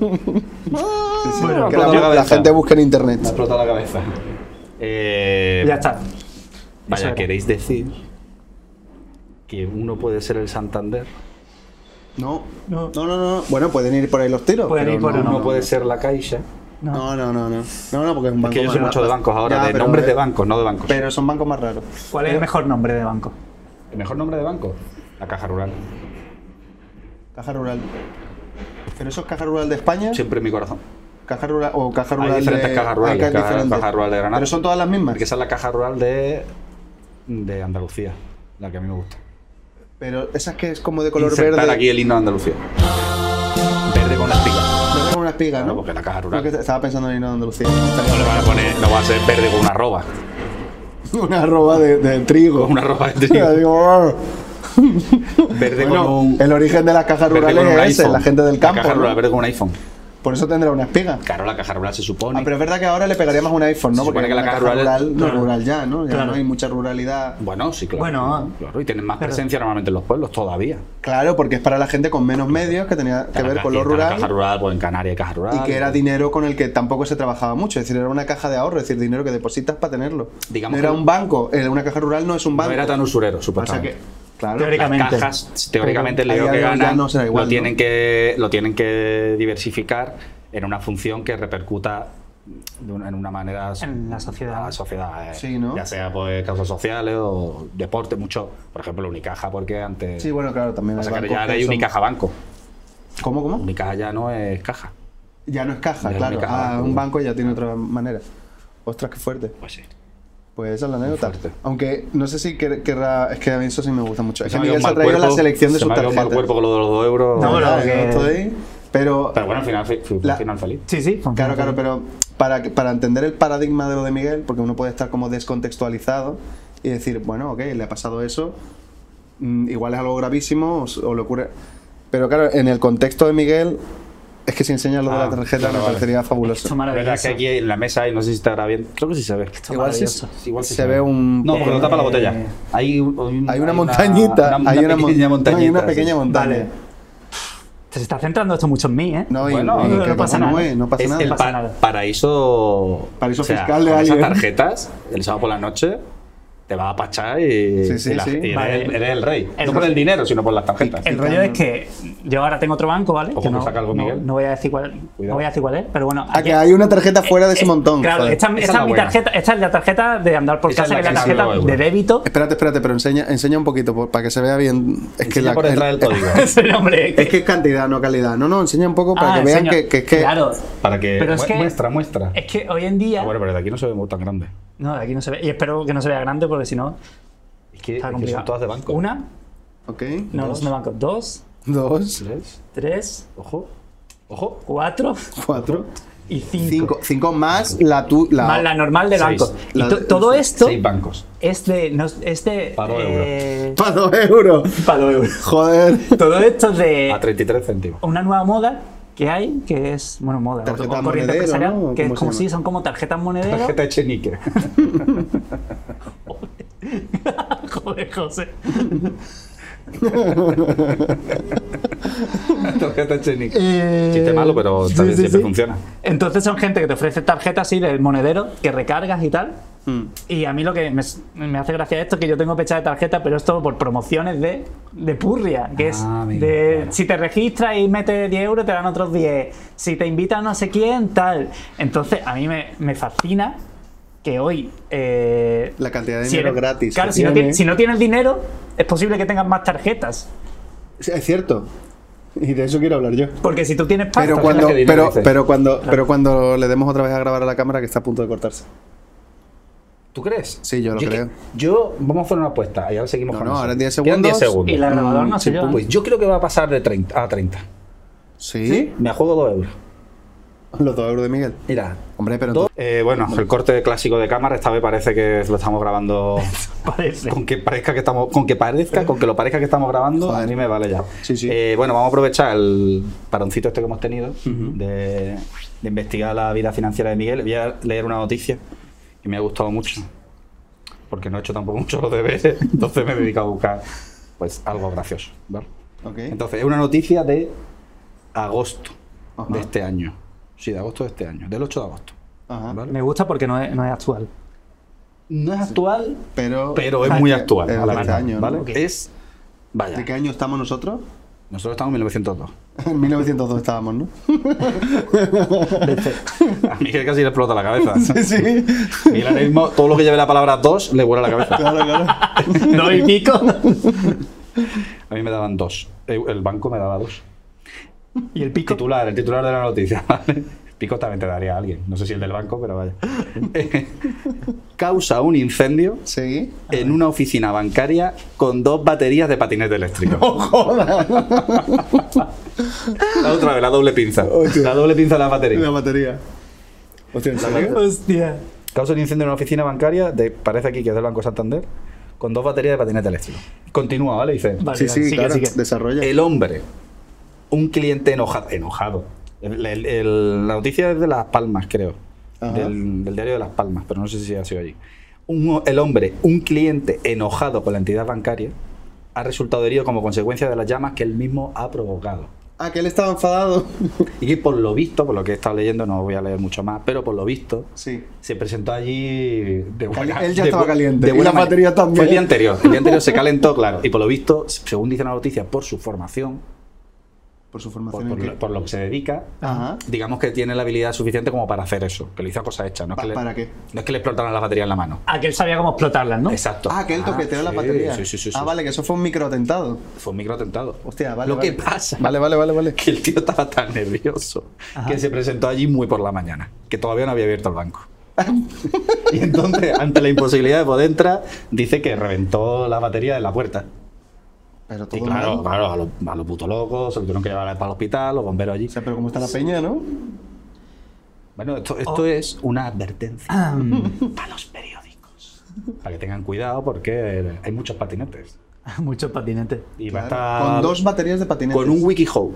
C: Sí, sí,
D: Bueno,
C: que la,
B: pues yo-
C: la gente busca en internet.
B: Me ha explotado la cabeza. Eh,
D: Ya está. Eso
B: Vaya,
D: era.
B: ¿queréis decir que uno puede ser el Santander?
C: No,
D: No.
C: no, no, no. no. Bueno, pueden ir por ahí los tiros.
D: Pueden
C: pero
D: ir por
C: no,
D: uno.
B: Uno puede ser la Caixa.
D: No.
C: No, no, no, no. No, no, porque es un
B: Es
C: banco
B: que yo soy
C: más-
B: mucho de bancos ahora,
C: Ya,
B: de
C: pero-
B: nombres de bancos, no de bancos.
C: Pero son bancos más raros.
D: ¿Cuál es el mejor nombre de banco?
B: ¿El mejor nombre de banco? La Caja Rural.
C: Caja rural. Pero eso es caja rural de España,
B: Siempre en mi corazón.
C: caja rural o caja
B: Hay
C: rural
B: diferentes
C: de
B: cajas
C: hay
B: rurales.
C: cajas
B: Caja,
C: diferentes.
B: caja rural de Granada.
C: Pero son todas las mismas.
B: Porque esa es la caja rural de, de Andalucía, la que a mí me gusta.
C: Pero esas que es como de color
B: Insertar
C: verde.
B: aquí el himno de Andalucía. Verde con espiga.
C: Verde con una espiga,
B: Claro,
C: ¿no?
B: porque la caja rural.
C: Porque estaba pensando en ir a Andalucía.
B: No le van a poner, no va a ser verde con una arroba.
C: <laughs> Una arroba de, de trigo.
B: Con una arroba de trigo.
C: <laughs> Digo, "Oh".
B: Verde con
C: bueno,
B: un.
C: el origen de las cajas
B: verde
C: rurales
B: con un
C: es ese,
B: iPhone.
C: la gente del campo.
B: La caja
C: ¿no?
B: rural, verde con un iPhone.
C: Por eso tendrá una espiga.
B: Claro, la caja rural se supone.
C: Ah, pero es verdad que ahora le pegaría más un iPhone, ¿no?
B: Se
C: Porque
B: supone que la
C: la
B: caja
C: caja
B: rural-
C: rural no es
D: Claro.
C: rural ya, ¿no? Ya
D: Claro.
C: no hay mucha ruralidad.
B: Bueno, sí, claro.
D: Bueno, ah,
B: claro, y tienen más
D: pero-
B: presencia normalmente en los pueblos todavía.
C: Claro, porque es para la gente con menos medios que tenía que
B: Está la
C: ver
B: ca-
C: con lo
B: está La caja
C: rural.
B: rural, pues en Canarias, hay caja rural.
C: Y que era dinero con el que tampoco se trabajaba mucho, es decir, era una caja de ahorro, es decir, dinero que depositas para tenerlo.
B: Digamos
C: no era
B: que-
C: un banco, eh, una caja rural no es un banco.
B: No era tan usurero,
C: o sea
B: supuestamente.
C: que, claro,
D: Teórica-
B: las
D: Teóricamente.
B: cajas teóricamente
C: Pero
B: le
C: a
B: digo
C: día
B: que
C: de hoy ya
B: ganan
C: no será igual,
B: lo
C: ¿no?
B: tienen que lo tienen que diversificar en una función que repercuta de una- en una manera
D: En la sociedad.
B: a la sociedad eh.
C: Sí, ¿no?
B: ya sea pues causas sociales o deporte mucho por ejemplo Unicaja porque antes
C: Sí, bueno, claro, también.
B: o sea,
C: hay
B: que
C: bancos
B: ya
C: que
B: hay
C: son-
B: Unicaja banco
C: ¿Cómo, cómo?
B: Unicaja ya no es caja
C: Ya no es
B: Ya
C: caja,
B: no
C: claro.
B: es caja,
C: Ah,
B: banco.
C: un banco ya tiene otra manera. Ostras, qué fuerte.
B: pues sí
C: Pues esa es la anécdota.
B: fuerte.
C: Aunque no sé si quer- querrá. Es que a mí eso sí me gusta mucho. Es
B: Se
C: que
B: me ha ido un
C: Miguel se ha
B: mal
C: traído la
B: cuerpo,
C: selección de
B: se
C: sus
B: me ha ido un mal
C: tarjetas.
B: cuerpo con lo de los dos euros
D: No,
C: Claro,
D: no, que-
C: yo estoy- Pero,
B: Pero bueno, al final, fe- fue un
C: La-
B: final feliz.
D: Sí, sí, fue un
C: claro, claro,
D: final
C: pero para, para entender el paradigma de lo de Miguel, porque uno puede estar como descontextualizado y decir, bueno, ok, le ha pasado eso, mm, igual es algo gravísimo o, s- o le ocurre... Pero claro, en el contexto de Miguel, es que si enseñas lo de
B: Ah,
C: la tarjeta
B: claro,
C: me
B: vale.
C: parecería fabuloso.
D: Esto es
B: La verdad es
D: maravilloso.
B: que aquí en la mesa, y no sé si estará bien. Creo que sí se ve.
D: Esto es
C: Igual sí-
D: maravilloso.
B: Igual sí
C: se ve un...
B: No, porque lo tapa la botella. Hay, un- un-
C: Eh, hay una montañita,
B: una-
C: hay una, mon-
B: pequeña montaña.
C: Hay una pequeña montaña.
D: Vale. Te se está centrando esto mucho en mí, ¿eh?
C: No, y-
B: Bueno,
C: y
B: no
C: que
D: pasa
C: continúe,
D: nada.
C: no pasa
B: Es
C: nada.
B: el
D: pasa
B: pa-
D: nada.
B: paraíso.
C: Paraíso fiscal de
B: con
C: alguien.
B: Esas tarjetas, el sábado por la noche, te vas a pachar y,
C: Sí, sí,
B: y la-
C: sí.
B: y eres,
D: Vale.
B: el- eres el rey.
D: El-
B: no por el dinero, sino por las tarjetas.
D: El rollo es que yo ahora tengo otro banco, ¿vale?
B: Ojo
D: Que
B: que
D: no,
B: saca algo,
D: no-
B: Miguel.
D: no voy a decir cuál, no
B: Cuidado.
D: voy a decir cuál es, pero bueno.
C: Ah,
D: aquí-
C: que hay una tarjeta fuera de ese
D: Eh,
C: montón.
D: Claro,
C: joder.
D: esta, esta
B: Esa
D: es
B: es la
D: mi
B: buena.
D: tarjeta, esta es la tarjeta de andar por
B: Esa
D: casa,
B: es
D: que
B: la
D: es la
B: que sí,
D: tarjeta
B: luego,
D: de
B: bueno.
D: débito.
C: Espérate, espérate, pero enseña, enseña un poquito por- para que se vea bien. Es que
B: Enseña
C: la-
B: por detrás del
C: <laughs>
B: código.
D: <laughs> Sí, hombre, que-
C: Es que es cantidad, no calidad. No, no, enseña un poco para
D: Ah,
C: que vean
D: enseño.
C: que, que es que.
D: Claro,
B: Para que,
D: Pero es
B: mu-
D: que-
B: Muestra, muestra.
D: es que hoy en día.
B: Ah, bueno, pero de aquí no se ve muy tan grande.
D: No, aquí no se ve. Y espero que no se vea grande porque si no,
B: Es que, es
D: está
B: que
D: complicado.
B: son todas de banco.
D: Una,
C: Ok.
D: no, dos de banco. Dos,
C: Dos,
B: Tres.
D: tres,
B: Ojo. Ojo.
D: cuatro
C: cuatro,
D: y cinco.
C: cinco. Cinco más la tu. La,
D: Más la normal de
B: Seis.
D: banco. Y
C: La
D: to-
C: de-
D: todo esto
B: Seis bancos.
D: es de. No, es de.
B: Palo de euro.
D: eh,
C: Pa' <laughs> dos euros.
D: palo de euro.
C: Joder.
D: Todo esto es de.
B: A 33 céntimos.
D: una nueva moda que hay, que es, bueno, moda,
C: Tarjeta
D: o- o corriente
C: monedero,
D: empresarial,
C: ¿no?
D: que es
C: ¿Cómo se
D: como
C: llama?
D: si son como tarjetas monedero.
B: Tarjeta Echenique.
D: <laughs> Joder, José.
B: <laughs> Tarjeta Echenique.
D: Eh,
B: Chiste malo, pero
D: sí,
B: también
D: sí,
B: siempre
D: sí.
B: funciona.
D: Entonces son gente que te ofrece tarjetas así del monedero, que recargas y tal.
C: Mm,
D: Y a mí lo que me, me hace gracia de esto es que yo tengo fecha de tarjeta, pero es todo por promociones de, de Purria, que es
B: Ah, amigo,
D: de
B: claro.
D: si te registras y metes 10 euros, te dan otros 10. Si te invitan no sé quién, tal. Entonces a mí me, me fascina que hoy eh,
C: La cantidad de
D: si
C: dinero
D: eres-
C: gratis.
D: Claro,
C: que
D: si no,
C: tiene.
D: tienes, si no tienes dinero, es posible que tengas más tarjetas.
C: Es cierto. Y de eso quiero hablar yo.
D: Porque si tú tienes pasta,
C: Pero cuando,
B: que dinero
C: pero,
B: dices.
C: pero cuando, pero cuando le demos otra vez a grabar a la cámara que está a punto de cortarse.
B: ¿Tú crees?
C: Sí, yo lo
B: que-
C: creo.
B: yo, vamos a hacer una apuesta y ahora seguimos
C: No,
B: con
C: no,
B: eso.
C: ahora en 10
B: Quedan
C: segundos.
D: y la grabadora no se lleva.
B: Pues yo creo que va a pasar de 30 a 30.
C: Sí.
B: Me juego 2 euros.
C: Los dos euros de Miguel.
B: Mira.
C: Hombre, pero entonces-
B: Eh, bueno, el corte clásico de cámara, esta vez parece que lo estamos grabando
C: <laughs>
D: Parece.
B: con que parezca que estamos, con que parezca, con que lo parezca que estamos grabando,
C: Joder.
B: a mí me vale ya.
C: Sí, sí.
B: Eh, bueno, vamos a aprovechar el paroncito este que hemos tenido de, de investigar la vida financiera de Miguel. Voy a leer una noticia que me ha gustado mucho, porque no he hecho tampoco <laughs> mucho los deberes, entonces me he dedicado a buscar pues algo gracioso. ¿vale?
C: Ok.
B: Entonces, es una noticia de agosto
C: Ajá.
B: de este año. Sí, de agosto de este año, del 8 de agosto.
C: Ajá.
B: ¿vale?
D: Me gusta porque no es, no es actual.
B: No es actual,
C: Pero,
B: pero es muy
C: Eh,
B: actual.
C: eh,
B: a la
C: de este
B: verdad,
C: año, ¿no?
B: ¿vale?
D: Ok.
B: Es. Vaya.
C: ¿De qué año estamos nosotros? <laughs>
B: Nosotros estamos en 1902.
C: En 1902 estábamos, ¿no?
B: <laughs> A Miguel casi le explota la cabeza.
C: Sí.
B: Miguel ahora mismo, todo lo que lleve la palabra dos le vuela la cabeza.
C: Claro, claro.
D: No y pico.
B: <laughs> A mí me daban dos. Eh, El banco me daba dos.
D: y el pico.
B: Titular, el titular de la noticia, <laughs> ¿vale? Pico también te daría a alguien. No sé si el del banco, pero vaya. <laughs> Eh, Causa un incendio
C: Sí.
B: en una oficina bancaria con dos baterías de patinete eléctrico. La otra vez, la doble pinza.
C: Hostia.
B: La doble pinza de la
C: La
B: batería.
C: batería. Hostia, ¿en serio?
D: Hostia.
B: Causa un incendio en una oficina bancaria, de, parece aquí que es del Banco Santander, con dos baterías de patinete eléctrico. Continúa, ¿vale? Dice.
D: Vale,
C: Sí,
D: vale,
C: sí,
D: sigue,
C: claro.
D: sigue.
C: Desarrolla.
B: El hombre, un cliente enojado. enojado. El- el- el- la noticia es de Las Palmas, creo.
C: Ajá.
B: Del, del diario de Las Palmas, pero no sé si ha sido allí. Un- el hombre, un cliente enojado con la entidad bancaria, ha resultado herido como consecuencia de las llamas que él mismo ha provocado.
C: Ah, que él estaba enfadado. <laughs>
B: Y que por lo visto, por lo que he estado leyendo, no voy a leer mucho más, pero por lo visto,
C: Sí.
B: se presentó allí de buena-
C: Él ya
B: de
C: estaba
B: bu-
C: caliente,
B: de
C: y
B: buena
C: la batería también.
B: Fue el día anterior. El día anterior
C: <laughs>
B: se calentó, claro. Y por lo visto, según dice la noticia, por su formación,
C: Por su
B: por,
C: formación.
B: por
C: en
B: lo,
C: qué-
B: por lo que se dedica,
C: Ajá.
B: digamos que tiene la habilidad suficiente como para hacer eso. Que lo hizo a cosa hecha. No es
C: Pa-
B: que le,
C: ¿Para qué?
B: No es que le explotaran las baterías en la mano.
D: Aquel sabía cómo explotarlas, ¿no?
B: Exacto.
C: Ah, que él toqueteó la
B: sí,
C: batería.
B: Sí, sí, sí.
C: Ah,
B: sí.
C: vale, que eso fue un microatentado.
B: Fue un microatentado.
C: Hostia, vale.
B: Lo
C: vale.
B: que pasa
C: <laughs> Vale, vale, vale, vale.
B: que el tío estaba tan nervioso que se presentó allí muy por la mañana, que todavía no había abierto el banco. <laughs> y entonces, ante la imposibilidad de poder entrar, dice que reventó la batería de la puerta.
C: Pero todo
B: Y claro,
C: mal.
B: claro, a los, a los putos locos, se lo tuvieron que llevar para el hospital, los bomberos allí.
C: O sea, pero como está la peña, ¿no?
B: Bueno, esto, esto es una advertencia
C: Ah.
D: <laughs>
B: para los periódicos. Para que tengan cuidado porque hay muchos patinetes.
D: Muchos patinetes.
B: Y va a
C: Claro,
B: estar
C: Con dos baterías de patinetes.
B: con un wikihow.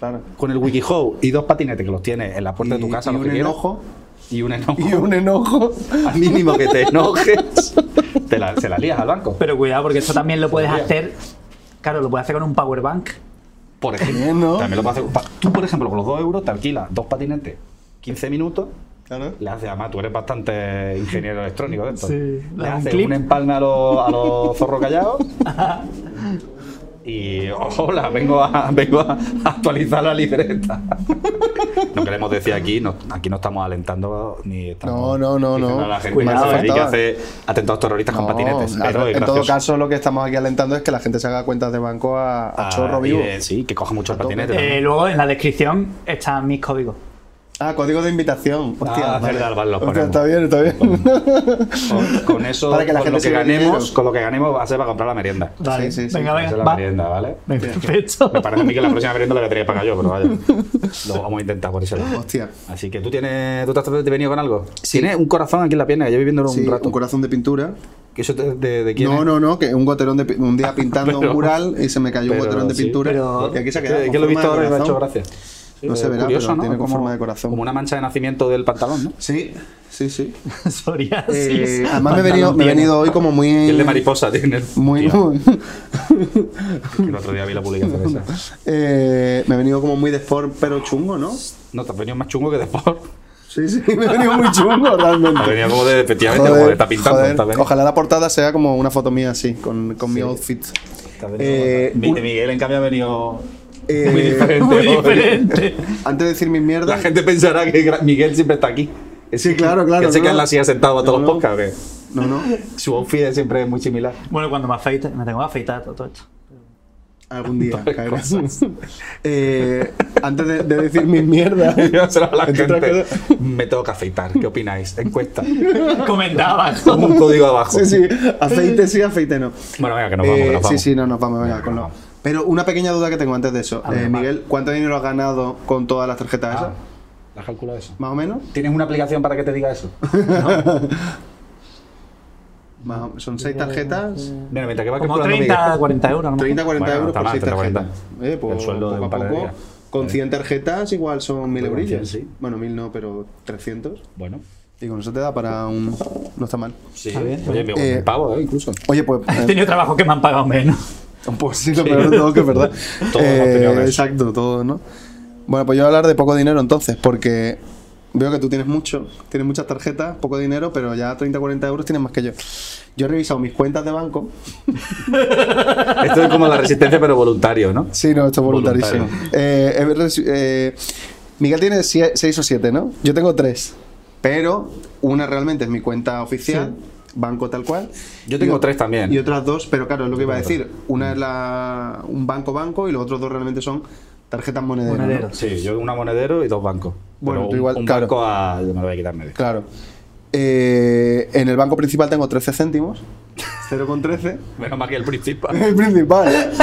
C: Claro.
B: Con el wikihow y dos patinetes que los tienes en la puerta de tu
C: Y-
B: casa.
C: y
B: los que
C: un
B: quieras.
C: enojo.
B: <laughs> Y un enojo.
C: Y un
B: <laughs>
C: enojo.
B: Al mínimo que te enojes, te la, se la lías al banco.
D: Pero cuidado, porque esto también lo puedes
B: Podría.
D: hacer. Claro, lo puedes hacer con un power bank.
B: Por ejemplo,
C: Bien, ¿no?
B: también lo puedes hacer- pa- Tú, por ejemplo, con los 2 euros te alquilas dos patinetes, 15 minutos,
C: Claro.
B: le haces, además tú eres bastante ingeniero electrónico de esto.
D: Sí, le
B: le
D: das un
B: haces
D: clip.
B: un empalme a los, a los zorros callados.
C: <laughs>
B: Y hola, vengo a, vengo a actualizar la libreta. No queremos decir aquí, no, aquí no estamos alentando ni estamos
C: No, no, no,
B: diciendo
C: no.
B: a la gente
C: Cuidado,
B: que se dedique a
C: faltaba.
B: hacer atentados terroristas con
C: No,
B: patinetes.
C: a-
B: pero es
C: en todo
B: gracioso.
C: caso, lo que estamos aquí alentando es que la gente se haga cuentas de banco a, a
B: Ah,
C: chorro
B: y
C: vivo.
B: de- sí, que coja mucho el
C: tope.
B: patinete.
D: Eh,
B: también.
D: luego en la descripción están mis códigos.
C: Ah, código de invitación. Hostia,
B: Ah,
C: vale.
B: verdad, vale, lo ponemos.
C: Hostia, está bien, está bien. <laughs>
B: Con, con eso,
C: Para que la
B: con
C: gente
B: lo que
C: se gane
B: ganemos,
C: dinero.
B: con lo que ganemos va a ser para comprar la merienda.
D: Vale,
C: Sí, sí, sí.
D: venga,
B: Esa es
D: venga.
B: la
D: va.
B: merienda, ¿vale?
D: Venga, Perfecto. <laughs>
B: Me parece a mí que la próxima merienda la voy a tener que pagar yo, pero
C: <laughs>
B: vaya. Lo vamos a intentar por ese lado.
C: Hostia.
B: Así que tú tienes. ¿Tú te has te has venido con algo? Tienes un corazón aquí en la pierna, que yo viviéndolo
C: Sí,
B: un rato.
C: un corazón de pintura.
B: ¿Que ¿Eso te- de, de quién?
C: No,
B: es?
C: no, no, que un goterón de pi- un día
B: <laughs>
C: pintando
B: Pero-
C: un mural y se me cayó
B: pero
C: un goterón de
B: sí,
C: pintura.
D: pero-
C: y aquí se ha
B: Que-
C: quedado.
B: que
C: con
B: lo he
C: forma
B: visto
C: de
B: ahora y me ha hecho
C: corazón.
B: gracia.
C: No se
B: Eh,
C: verá,
B: curioso,
C: pero
B: ¿no?
C: tiene con
B: Como-
C: forma de corazón. Eh,
B: Como una mancha de nacimiento del pantalón, ¿no?
C: Sí, sí, sí.
D: Psoriasis.
C: Eh, además me he, venido, me he venido hoy como muy.
B: El de mariposa tiene.
C: Muy. <laughs>
B: Tío, que el otro día vi la publicación de esa.
C: eh, me he venido como muy de sport, pero chungo, ¿no?
B: No, te has venido más chungo que después.
C: <laughs> Sí, sí, me he venido muy chungo realmente.
B: Has venido como de, efectivamente, como de está pintando.
C: joder.
B: está bien.
C: Ojalá la portada sea como una foto mía así, con, con mi outfit. Eh,
B: Mi- Miguel, en cambio, ha venido
C: Eh,
B: <laughs> muy diferente.
D: Muy
B: ¿no?
D: diferente.
C: <laughs> Antes de decir mis
B: La
C: mierdas,
B: gente pensará que gra- Miguel siempre está aquí.
C: Sí, claro, claro,
B: Que se
C: no,
B: queda en
C: no.
B: la silla sentado a todos
C: No,
B: los
C: no.
B: podcasts. ¿o qué?
C: no, no.
B: Su outfit siempre es muy similar. <laughs>
D: Bueno, cuando me afeite, me tengo que afeitar todo, todo esto.
C: <laughs> Algún día caerá. <laughs> Eh, antes de, de decir
B: <laughs>
C: mis mierdas,
B: Yo se lo hago a la
C: Entre otras
B: gente. Me tengo que afeitar. ¿Qué opináis?
C: <laughs>
B: Encuesta.
C: Uh,
D: Comentaba.
B: Pongo un código abajo.
C: sí, sí, aceite sí, aceite no.
B: Bueno, venga, que nos vamos. que
C: Eh,
B: nos vamos.
C: Sí, sí, no, nos vamos, venga,
B: Venga,
C: con
B: nos
C: lo-
B: vamos.
C: Pero una pequeña duda que tengo antes de eso.
D: A ver,
C: Eh,
D: va.
C: Miguel, ¿cuánto dinero has ganado con todas las tarjetas
B: Ah,
C: esas?
B: ¿La calcula eso?
C: ¿Más o menos?
B: ¿Tienes una aplicación para que te diga eso?
C: Más o- son seis tarjetas,
B: Mira, mientras que va
D: Como
B: calculando
D: 30, 40 euros. a lo mejor.
C: 30, 40
B: Bueno,
C: euros
B: está
C: por
B: mal,
C: seis
B: 30, 40.
C: tarjetas. Eh, pues,
B: El sueldo de
C: poco
B: un par
C: a
B: de
C: poco,
B: días. Eh.
C: con 100 tarjetas igual son 1000
B: Con
C: eurillos.
B: 100, sí.
C: Bueno, 1000 no, pero 300.
B: Miguel. Bueno.
C: Y con eso te da para un... No está mal.
B: Sí.
D: bien.
B: Oye, me
C: Eh,
B: un pavo, ¿eh? Incluso. <laughs>
C: Oye, pues...
D: He
C: eh,
D: tenido trabajo que me han pagado menos.
C: <laughs> Pues sí, lo peor de todo que es verdad.
B: <laughs> Todos
C: Eh,
B: hemos tenido que eso.
C: exacto, todo, ¿no? Bueno, pues yo voy a hablar de poco dinero entonces, porque veo que tú tienes mucho, tienes muchas tarjetas, poco dinero, pero ya 30, 40 euros tienes más que yo. Yo he revisado mis cuentas de banco.
B: Esto es como la resistencia, pero voluntario, ¿no?
C: Sí, no, esto es voluntarísimo.
B: Voluntario.
C: Eh, he reci- eh, Miguel tiene 6 o 7, ¿no? Yo tengo 3, pero una realmente es mi cuenta oficial, banco tal cual.
B: Yo tengo
C: Y o-
B: tres también.
C: Y otras dos, pero claro, es lo que iba a
B: Yo tengo
C: decir. Una es la, un banco-banco y los otros dos realmente son tarjetas monederas. ¿no?
D: Monedero.
B: Sí, yo una monedero y dos bancos.
C: Bueno,
B: Pero
C: tú
B: un,
C: igual-
B: un
C: claro.
B: banco a, yo me lo voy a quitar en medio.
C: Claro. Eh, en el banco principal tengo 13
B: <laughs>
C: céntimos. 0,13.
B: Menos mal que el principal.
C: <laughs> El principal. ¿eh?
B: <laughs>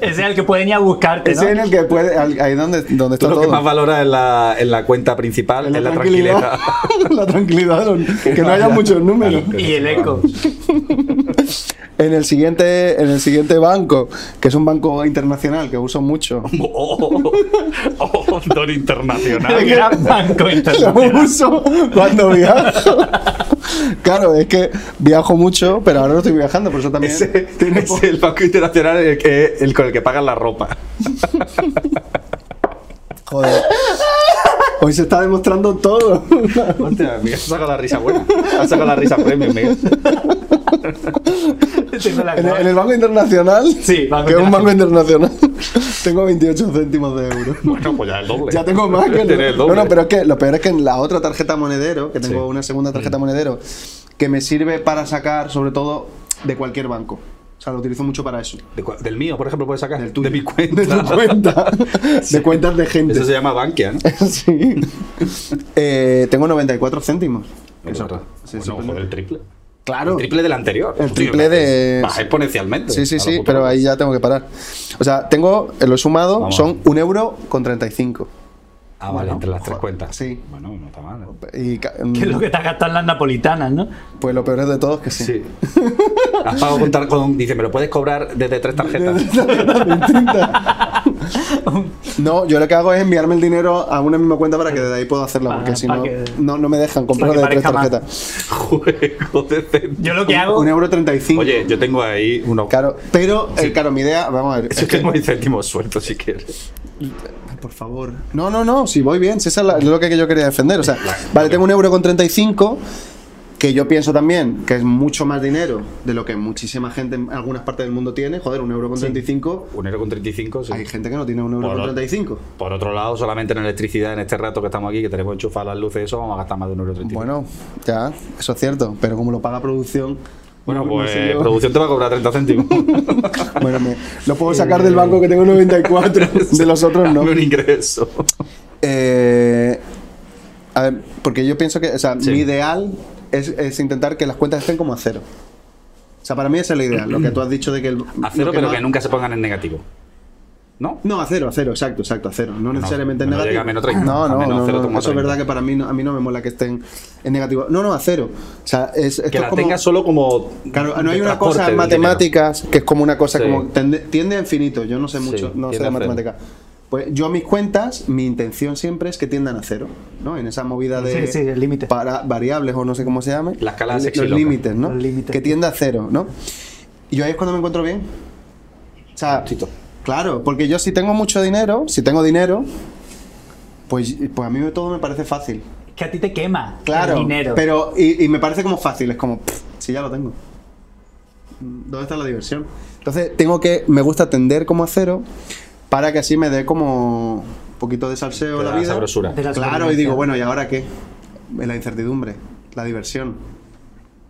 D: Ese es el que pueden ir a buscarte, ¿no?
C: Ese en el que puede. al- Ahí donde, donde
B: Tú
C: está
B: lo que más
C: todo.
B: valoras en la, en la cuenta principal es la, tranquilidad.
C: la tranquilidad. <laughs> Que no haya muchos
B: <laughs>
C: números.
B: Claro.
D: Y
C: <laughs>
D: el eco.
C: En el siguiente, en el siguiente banco, que es un banco internacional que uso mucho.
B: Oh, oh, oh, oh, don internacional.
D: <laughs> El gran banco
C: <laughs> Lo
D: internacional.
C: uso cuando viajo. <laughs> Claro, es que viajo mucho, pero ahora no estoy viajando, por eso también.
B: Ese, ese es el banco internacional el que- el con el que pagan la ropa.
C: Joder. Hoy se está demostrando
B: <laughs>
C: todo.
B: Hostia, Miguel, has sacado la risa buena. Has sacado la risa premium, Miguel.
D: <laughs> Tengo la
C: En el,
D: cara.
C: en el Banco Internacional,
D: Sí, Banco
C: que es un banco internacional, <laughs> tengo 28 céntimos de euro.
B: Bueno, pues ya el doble.
C: Ya
B: <laughs>
C: tengo más que el-
B: Tienes el
C: No,
B: doble.
C: no, pero es que lo peor es que en la otra tarjeta monedero, que tengo una segunda tarjeta
B: Mm.
C: monedero, que me sirve para sacar, sobre todo, de cualquier banco. O sea, lo utilizo mucho para eso.
B: ¿De cuál- del mío, por ejemplo, puedes sacar.
C: Del tuyo.
B: Ah, De mi cuenta.
C: <laughs> De tu
B: <laughs>
C: cuenta. De cuentas de gente.
B: Eso se llama Bankia, ¿no?
C: <laughs> Sí. Eh, tengo 94 céntimos.
B: Bueno,
C: Eso.
B: otra.
C: Sí,
B: Bueno,
C: sí, pues
B: joder,
C: pero-
B: el triple.
C: Claro.
B: El triple del anterior.
C: El triple de-
B: Baja exponencialmente.
C: Sí, sí,
B: a lo
C: sí,
B: puto
C: pero
B: loco.
C: ahí ya tengo que parar. O sea, tengo, eh, lo he sumado,
B: Vamos.
C: son un euro con 35.
B: Ah, vale, entre las tres cuentas.
C: sí.
B: Bueno, no está mal.
C: Y,
B: <laughs>
C: ca- mm,
D: Que es lo que te ha gastado en las napolitanas, ¿no?
C: Pues lo peor de todo es que sí.
B: Sí. Ah, Has pagado con, tar- con- Dice, me lo puedes cobrar desde tres
C: <laughs>
B: tarjetas.
C: No, yo lo que hago es enviarme el dinero a una misma cuenta para que desde ahí puedo hacerlo,
D: Para-
C: porque si
D: para
C: no,
D: que-
C: no, no me dejan comprar
D: para que
C: de tres
D: parezca más.
C: tarjetas.
B: Juego de centro.
D: Yo lo que hago.
C: Un euro 35.
B: Oye, yo tengo ahí uno.
C: Claro, pero, eh, claro, mi idea, vamos a ver.
B: Yo tengo ahí céntimos sueltos si quieres.
F: Por favor.
C: No, no, no, si voy bien, si esa es la- lo que yo quería defender. O sea, vale, tengo un euro con 35, que yo pienso también que es mucho más dinero de lo que muchísima gente en algunas partes del mundo tiene. Joder, un euro con 35,
B: Un euro con 35. sí.
C: hay gente que no tiene un euro
B: Bueno.
C: con 35.
B: Por otro lado, solamente en electricidad en este rato que estamos aquí, que tenemos enchufadas las luces, eso vamos a gastar más de un euro 35.
C: Bueno, ya, eso es cierto, pero como lo paga producción...
B: Bueno,
C: no- no
B: pues
C: sé yo.
B: producción te va a cobrar 30
C: <laughs>
B: céntimos.
C: Bueno, me- lo puedo sacar
B: Eh,
C: del banco que
B: <laughs>
C: tengo 94, de los otros no.
B: Hazme un ingreso.
C: Eh, a ver, porque yo pienso que, o sea,
B: Sí.
C: mi ideal es, es intentar que las cuentas estén como a cero. O sea, para mí ese es el ideal, lo que tú has dicho de que el.
B: A cero,
C: lo
B: pero
C: más-
B: que nunca se pongan en negativo. ¿No?
C: No, a cero, a cero, exacto, exacto, a cero. No necesariamente en
B: no llega
C: negativo.
B: a menos 30,
C: No,
B: a
C: no,
B: menos
C: no, no,
B: 0,30.
C: Eso es verdad que para mí no, a mí no me mola que estén en negativo. No, no, a cero. O sea, es, esto
B: Que
C: es
B: la
C: como-
B: tengas solo como.
C: Claro, no
B: de
C: hay una
B: transporte
C: cosa en
B: del
C: matemáticas que es como una cosa
B: Sí.
C: como tende, tiende a infinito. Yo no sé
B: Sí,
C: mucho, no
B: tiende a
C: sé de
B: cero.
C: matemáticas. Pues yo mis cuentas, mi intención siempre es que tiendan a cero, ¿no? En esa movida de
D: Sí, sí, el límite.
C: para variables o no sé cómo se llame,
B: La escala
C: los
B: sexy loca.
C: límites, ¿no?
D: Los límites.
C: Que tienda a cero, ¿no? Y yo ahí es cuando me encuentro bien. O sea,
B: Justito.
C: claro, porque yo si tengo mucho dinero, si tengo dinero, pues, pues a mí todo me parece fácil.
D: Que a ti te quema.
C: Claro,
D: El dinero.
C: pero y, y me parece como fácil, es como, pff, si ya lo tengo. Mm, ¿Dónde está la diversión? Entonces, tengo que, me gusta tender como a cero para que así me dé como un poquito de
B: dinero.
C: salseo
B: Te da
C: la vida.
B: sabrosura.
D: De
C: Claro,
D: la
C: y
D: supervivencia.
C: digo, bueno, ¿y ahora qué? La incertidumbre, la diversión.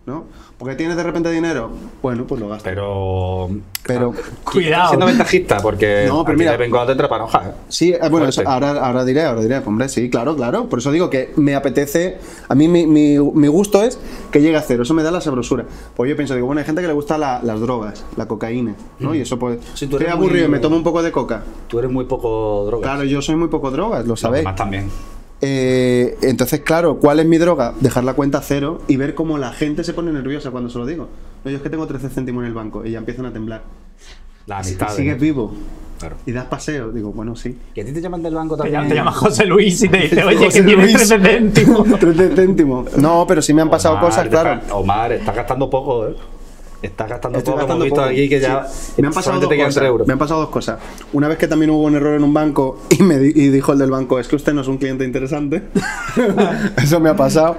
C: ¿No? Porque tienes de repente dinero, bueno, pues lo gastas.
B: Pero. ah,
C: Pero,
D: Cuidado.
B: Siendo ventajista, porque.
C: No, pero
B: a ti
C: mira-
B: de vez en cuando te entra para enojar. ¿eh?
C: Sí, eh, bueno,
B: Fuerte.
C: eso- ahora, ahora diré, ahora diré, hombre, sí, claro, claro. Por eso digo que me apetece, a mí mi, mi- mi gusto es que llegue a cero, eso me da la sabrosura. Pues yo pienso, digo, bueno, hay gente que le gusta la- las drogas, la cocaína, ¿no? Y eso pues,
B: Mm. Sí, tú
C: estoy
B: eres
C: aburrido,
B: muy- Pues.
C: me tomo un poco de coca.
B: Tú eres muy poco droga.
C: Claro, yo soy muy poco drogas, lo sabéis.
B: Más también.
C: Eh, entonces, claro, ¿cuál es mi droga? Dejar la cuenta a cero y ver cómo la gente se pone nerviosa cuando se lo digo. No, yo es que tengo 13 céntimos en el banco y ya empiezan a temblar.
B: La
C: Y
B: amistad.
C: sigues vivo
B: Claro.
C: y das paseo. Digo, bueno, sí.
B: Que a ti te llaman del banco
D: Te,
B: también.
D: llama-
B: <laughs>
D: te llama José Luis y
C: <laughs>
D: te dice, oye,
C: José
D: que tienes
C: Luis.
D: 13
C: <laughs>
D: céntimos. <laughs>
C: 13 céntimos. No, pero sí me han pasado
B: Omar,
C: cosas,
B: te
C: claro.
B: está- Omar, estás gastando poco, ¿eh? Estás gastando
C: Estoy
B: poco.
C: gastando
B: hemos visto
C: poco.
B: aquí que ya.
C: Sí. me han pasado
B: solamente
C: dos
B: te quedan
C: cosas.
B: tres euros.
C: Me han pasado dos cosas. Una vez que también hubo un error en un banco y me di- y dijo el del banco, es que usted no es un cliente interesante. <laughs> Eso me ha pasado.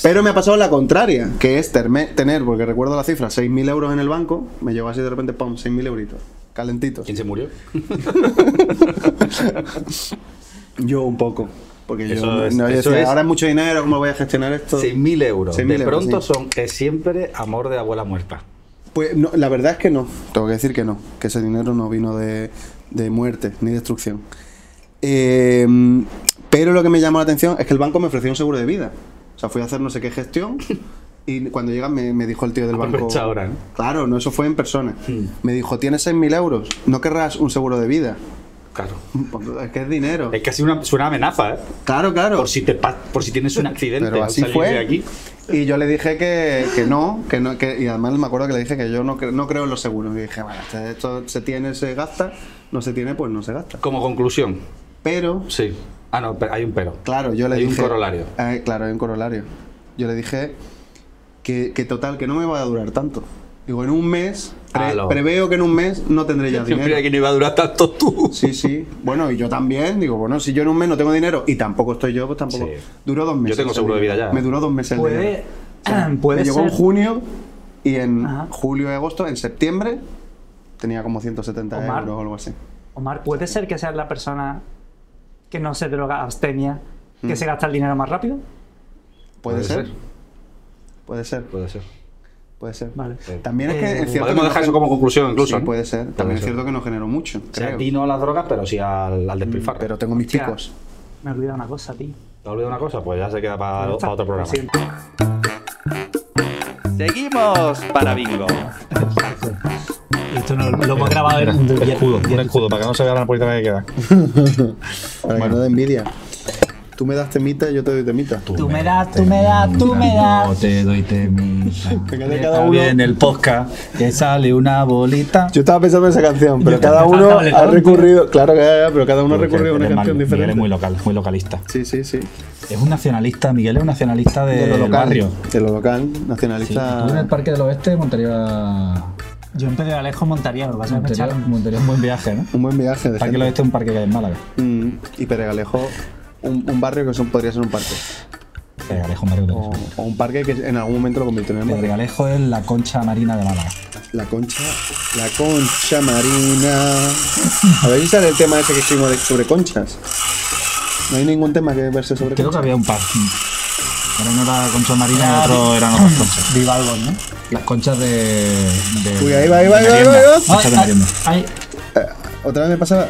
C: Pero me ha pasado la contraria, que es terme- tener, porque recuerdo la cifra, 6.000 euros en el banco, me llegó así de repente, pum, 6.000 euritos, calentitos.
B: ¿Quién se murió?
C: Yo un poco. Porque
B: Eso
C: yo, no-
B: es-
C: no, yo
B: eso
C: decía,
B: es-
C: ahora es mucho dinero, ¿cómo voy a gestionar esto?
B: 6.000 euros.
C: 6.000
B: de
C: euros,
B: pronto
C: sí.
B: son es siempre amor de abuela muerta.
C: Pues no, la verdad es que no, tengo que decir que no, que ese dinero no vino de, de muerte ni destrucción. Eh, pero lo que me llamó la atención es que el banco me ofreció un seguro de vida. O sea, fui a hacer no sé qué gestión y cuando llegan me, me dijo el tío del banco...
B: Aprovecha ahora, ¿eh? Hmm. ¿no?
C: Claro, no, eso fue en persona. Me dijo, tienes 6.000 euros, no querrás un seguro de vida. Pues,
B: Claro.
C: Es que es dinero.
B: Es casi una, suena amenaza, ¿eh?
C: Claro, claro.
B: Por si, te, pa- por si tienes un accidente
C: <laughs> Pero
B: al
C: así
B: salir
C: fue.
B: de aquí.
C: Y yo le dije que, que no, que no, que- y además me acuerdo que le dije que yo no, cre- no creo en los seguros. Y dije, bueno, este- esto se tiene, se gasta, no se tiene, pues no se gasta.
B: Como conclusión,
C: Pero,
B: sí. Ah, no, pero hay un pero.
C: claro, yo le
B: Hay un
C: dije.
B: corolario.
C: Eh, claro, hay un corolario. Yo le dije que, que total, que no me va a durar tanto. Digo, en un mes, pre-
B: Aló.
C: preveo que en un mes no tendré ya
B: Ah, <laughs> Yo
C: dinero.
B: creía que no iba a durar tanto tú.
C: Sí, sí. Bueno, y yo también. Digo, bueno, si yo en un mes no tengo dinero y tampoco estoy yo, pues tampoco.
B: Sí.
C: Duró dos meses.
B: tengo
C: el
B: seguro de
C: dinero.
B: vida ya, ¿eh?
C: Me duró dos meses el dinero.
D: Puede, <clears throat> puede
C: Me llegó
D: ser.
C: en junio y en
D: Ajá.
C: julio y agosto, en septiembre, tenía como 170
D: Omar.
C: euros o algo así.
D: Omar, ¿puede ser que seas la persona que no se droga abstenia,
C: Mm.
D: que se gasta el dinero más rápido?
C: ¿Puede,
B: Puede
C: ser?
B: ser.
C: Puede ser,
B: Puede ser.
C: puede ser.
D: Vale.
C: También es que
D: Eh,
C: es cierto
B: Podemos
C: que
B: dejar
C: no
B: eso como conclusión,
C: gen-
B: incluso.
C: Sí,
B: ¿no?
C: puede ser.
B: Puede
C: También es
B: ser.
C: cierto que no generó mucho,
B: O sea,
C: creo. Mm,
B: a ti no a las drogas, pero sí al, al despilfarro.
C: Pero tengo mis
D: Hostia. <laughs>
C: picos.
D: Me he olvidado una cosa, tío.
C: Ah,
B: ¿Te has olvidado una cosa? Pues ya se queda para,
D: Ya está.
B: para otro
D: Lo
B: programa.
D: siento.
A: Seguimos para bingo.
B: Esto no, lo hemos grabado en
H: Un escudo, un escudo, para que no se vea la napolitana que
C: <laughs>
H: queda.
C: Para que no dé envidia. Tú me das temita, yo te doy temita.
D: Tú me das, tú me das, tú me
B: No
D: das.
B: te doy temita.
C: Cada
B: Está bien el podcast que sale una bolita.
C: Yo estaba pensando en esa canción, pero
B: Yo
C: cada
B: también.
C: uno
B: Ah, vale,
C: ha
B: claro.
C: recurrido. Claro que ya, ya, pero cada uno ha
H: Porque
C: recurrido a una
H: Miguel es
C: canción
H: mal- Miguel es
C: diferente.
H: muy local, muy localista.
C: Sí, sí, sí.
B: Es un nacionalista, Miguel es un nacionalista de,
C: De lo
B: del
C: local.
B: Eh,
C: Ah.
B: barrio.
C: De lo local,
B: Sí, Tú en el
C: nacionalista.
B: Parque del Oeste montaría,
D: Yo en Pedro Alejo montaría, lo que pasa es que me
B: montaría,
D: echaron.
B: montaría un buen viaje, ¿no?
C: Un buen viaje de
B: Parque del
C: gente.
B: Oeste es un parque que hay en Málaga.
C: Mm, y Peregalejo, un, un barrio que son- podría ser un parque.
B: Regalejo, Mario de
C: O, o un parque que en algún momento lo convirtió en un barrio.
B: Regalejo es la concha marina de Málaga.
C: La concha. La concha marina. A ver, sale el tema ese que escribimos de- sobre conchas. No hay ningún tema que verse sobre
B: Creo que
C: conchas.
B: había un par. Pero uno era concha
C: Ah,
B: marina y otro eran
C: <clears throat>
B: otras conchas.
D: Vivalgo, ¿no?
B: Las conchas de. de
C: Uy, ahí va, ahí va,
B: de
C: ahí va, ahí va,
B: merienda.
C: ahí
B: Conchas de merienda.
D: Ay,
C: Otra vez me pasaba.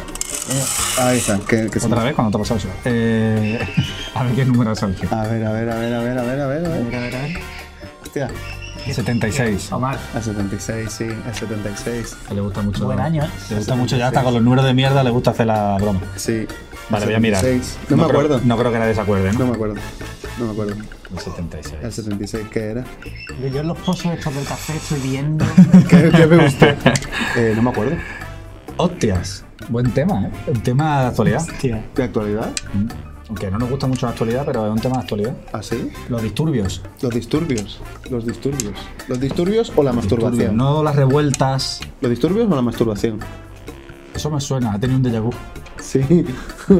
C: Ahí está, que, que se
B: Otra
C: me-
B: vez cuando te ha pasado eso. Eh, <laughs> a ver qué número es Sergio.
C: A ver, a ver, a ver, a ver, a ver, a ver, a ver.
D: a ver, a ver.
C: Hostia.
B: 76.
D: Omar,
C: A 76, sí, a 76.
B: Que le gusta mucho.
D: buen año, ¿eh?
B: Le gusta mucho ya, hasta con los números de mierda le gusta hacer la broma.
C: Sí.
B: Vale,
C: Al
B: voy a mirar.
C: 76. No, me
B: creo-
C: acuerdo.
B: no creo que nadie se acuerde,
C: No
B: ¿no?
C: me acuerdo. No me acuerdo.
B: El 76.
C: El 76, ¿qué era? <laughs>
D: Yo en los pozos estos del café estoy viendo.
C: ¿Qué, qué me gustó? Eh, no me acuerdo.
B: Hostias. Buen tema, ¿eh? Un tema de actualidad.
D: Hostia.
C: ¿De actualidad?
B: Aunque no nos gusta mucho la actualidad, pero es un tema de actualidad.
C: ¿Así?
B: Los disturbios.
C: ¿Ah, Los disturbios. Los disturbios. Los disturbios o la masturbación.
B: Disturbios, No las revueltas.
C: ¿Los disturbios o la masturbación?
B: Eso me suena, ha tenido un déjà vu.
C: Sí. <laughs>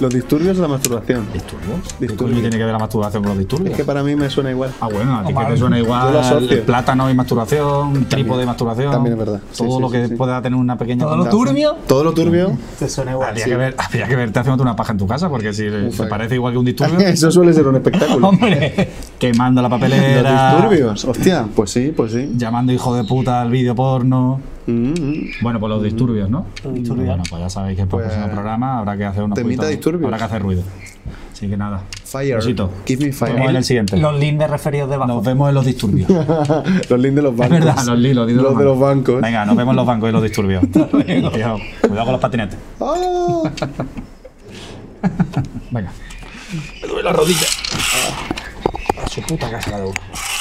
C: los disturbios o la masturbación.
B: ¿Disturbios? ¿Qué
C: Disturbios.
B: coño tiene que ver la masturbación con los disturbios?
C: Es que para mí me suena igual.
B: Ah, bueno, a ti que
D: Omar,
B: te suena
C: yo
B: igual
C: lo asocio.
B: el plátano y masturbación, trípode de masturbación.
C: también es verdad. Sí,
B: Todo
C: sí,
B: lo
C: sí,
B: que
C: sí.
B: pueda tener una pequeña.
D: Todo lo
B: contaminación.
D: turbio
C: Todo lo turbio.
D: te suena igual.
B: Habría que, ver, habría que verte haciéndote una paja en tu casa, porque si te
C: ahí.
B: parece igual que un disturbio,
C: <laughs> Eso suele ser un espectáculo.
B: hombre, quemando la papelera,
C: Los disturbios. Hostia, pues sí, pues <laughs> sí.
B: llamando hijo de puta al vídeo porno.
C: Mm, mm. <laughs>
B: Bueno, pues los disturbios, ¿no?
D: Los disturbios.
B: Bueno, pues ya sabéis que por el
C: Pues,
B: próximo programa habrá que hacer unos
C: temita
B: poquitos-
C: disturbios.
B: Habrá que hacer ruido. Así que nada.
C: Fire.
B: Besito.
C: Give me
B: Nos vemos en
C: fire.
B: el siguiente.
D: Los lindes referidos debajo.
B: Nos vemos en los
C: <laughs>
B: disturbios.
C: los links de los
B: Es
C: bancos.
B: verdad, los lilos.
C: Los de los bancos.
B: Venga, nos vemos en los bancos y los
D: <laughs>
B: disturbios. Cuidado cuidado con los patinetes.
C: Ah.
B: Venga. Me duele la rodilla. A su puta casa cada uno.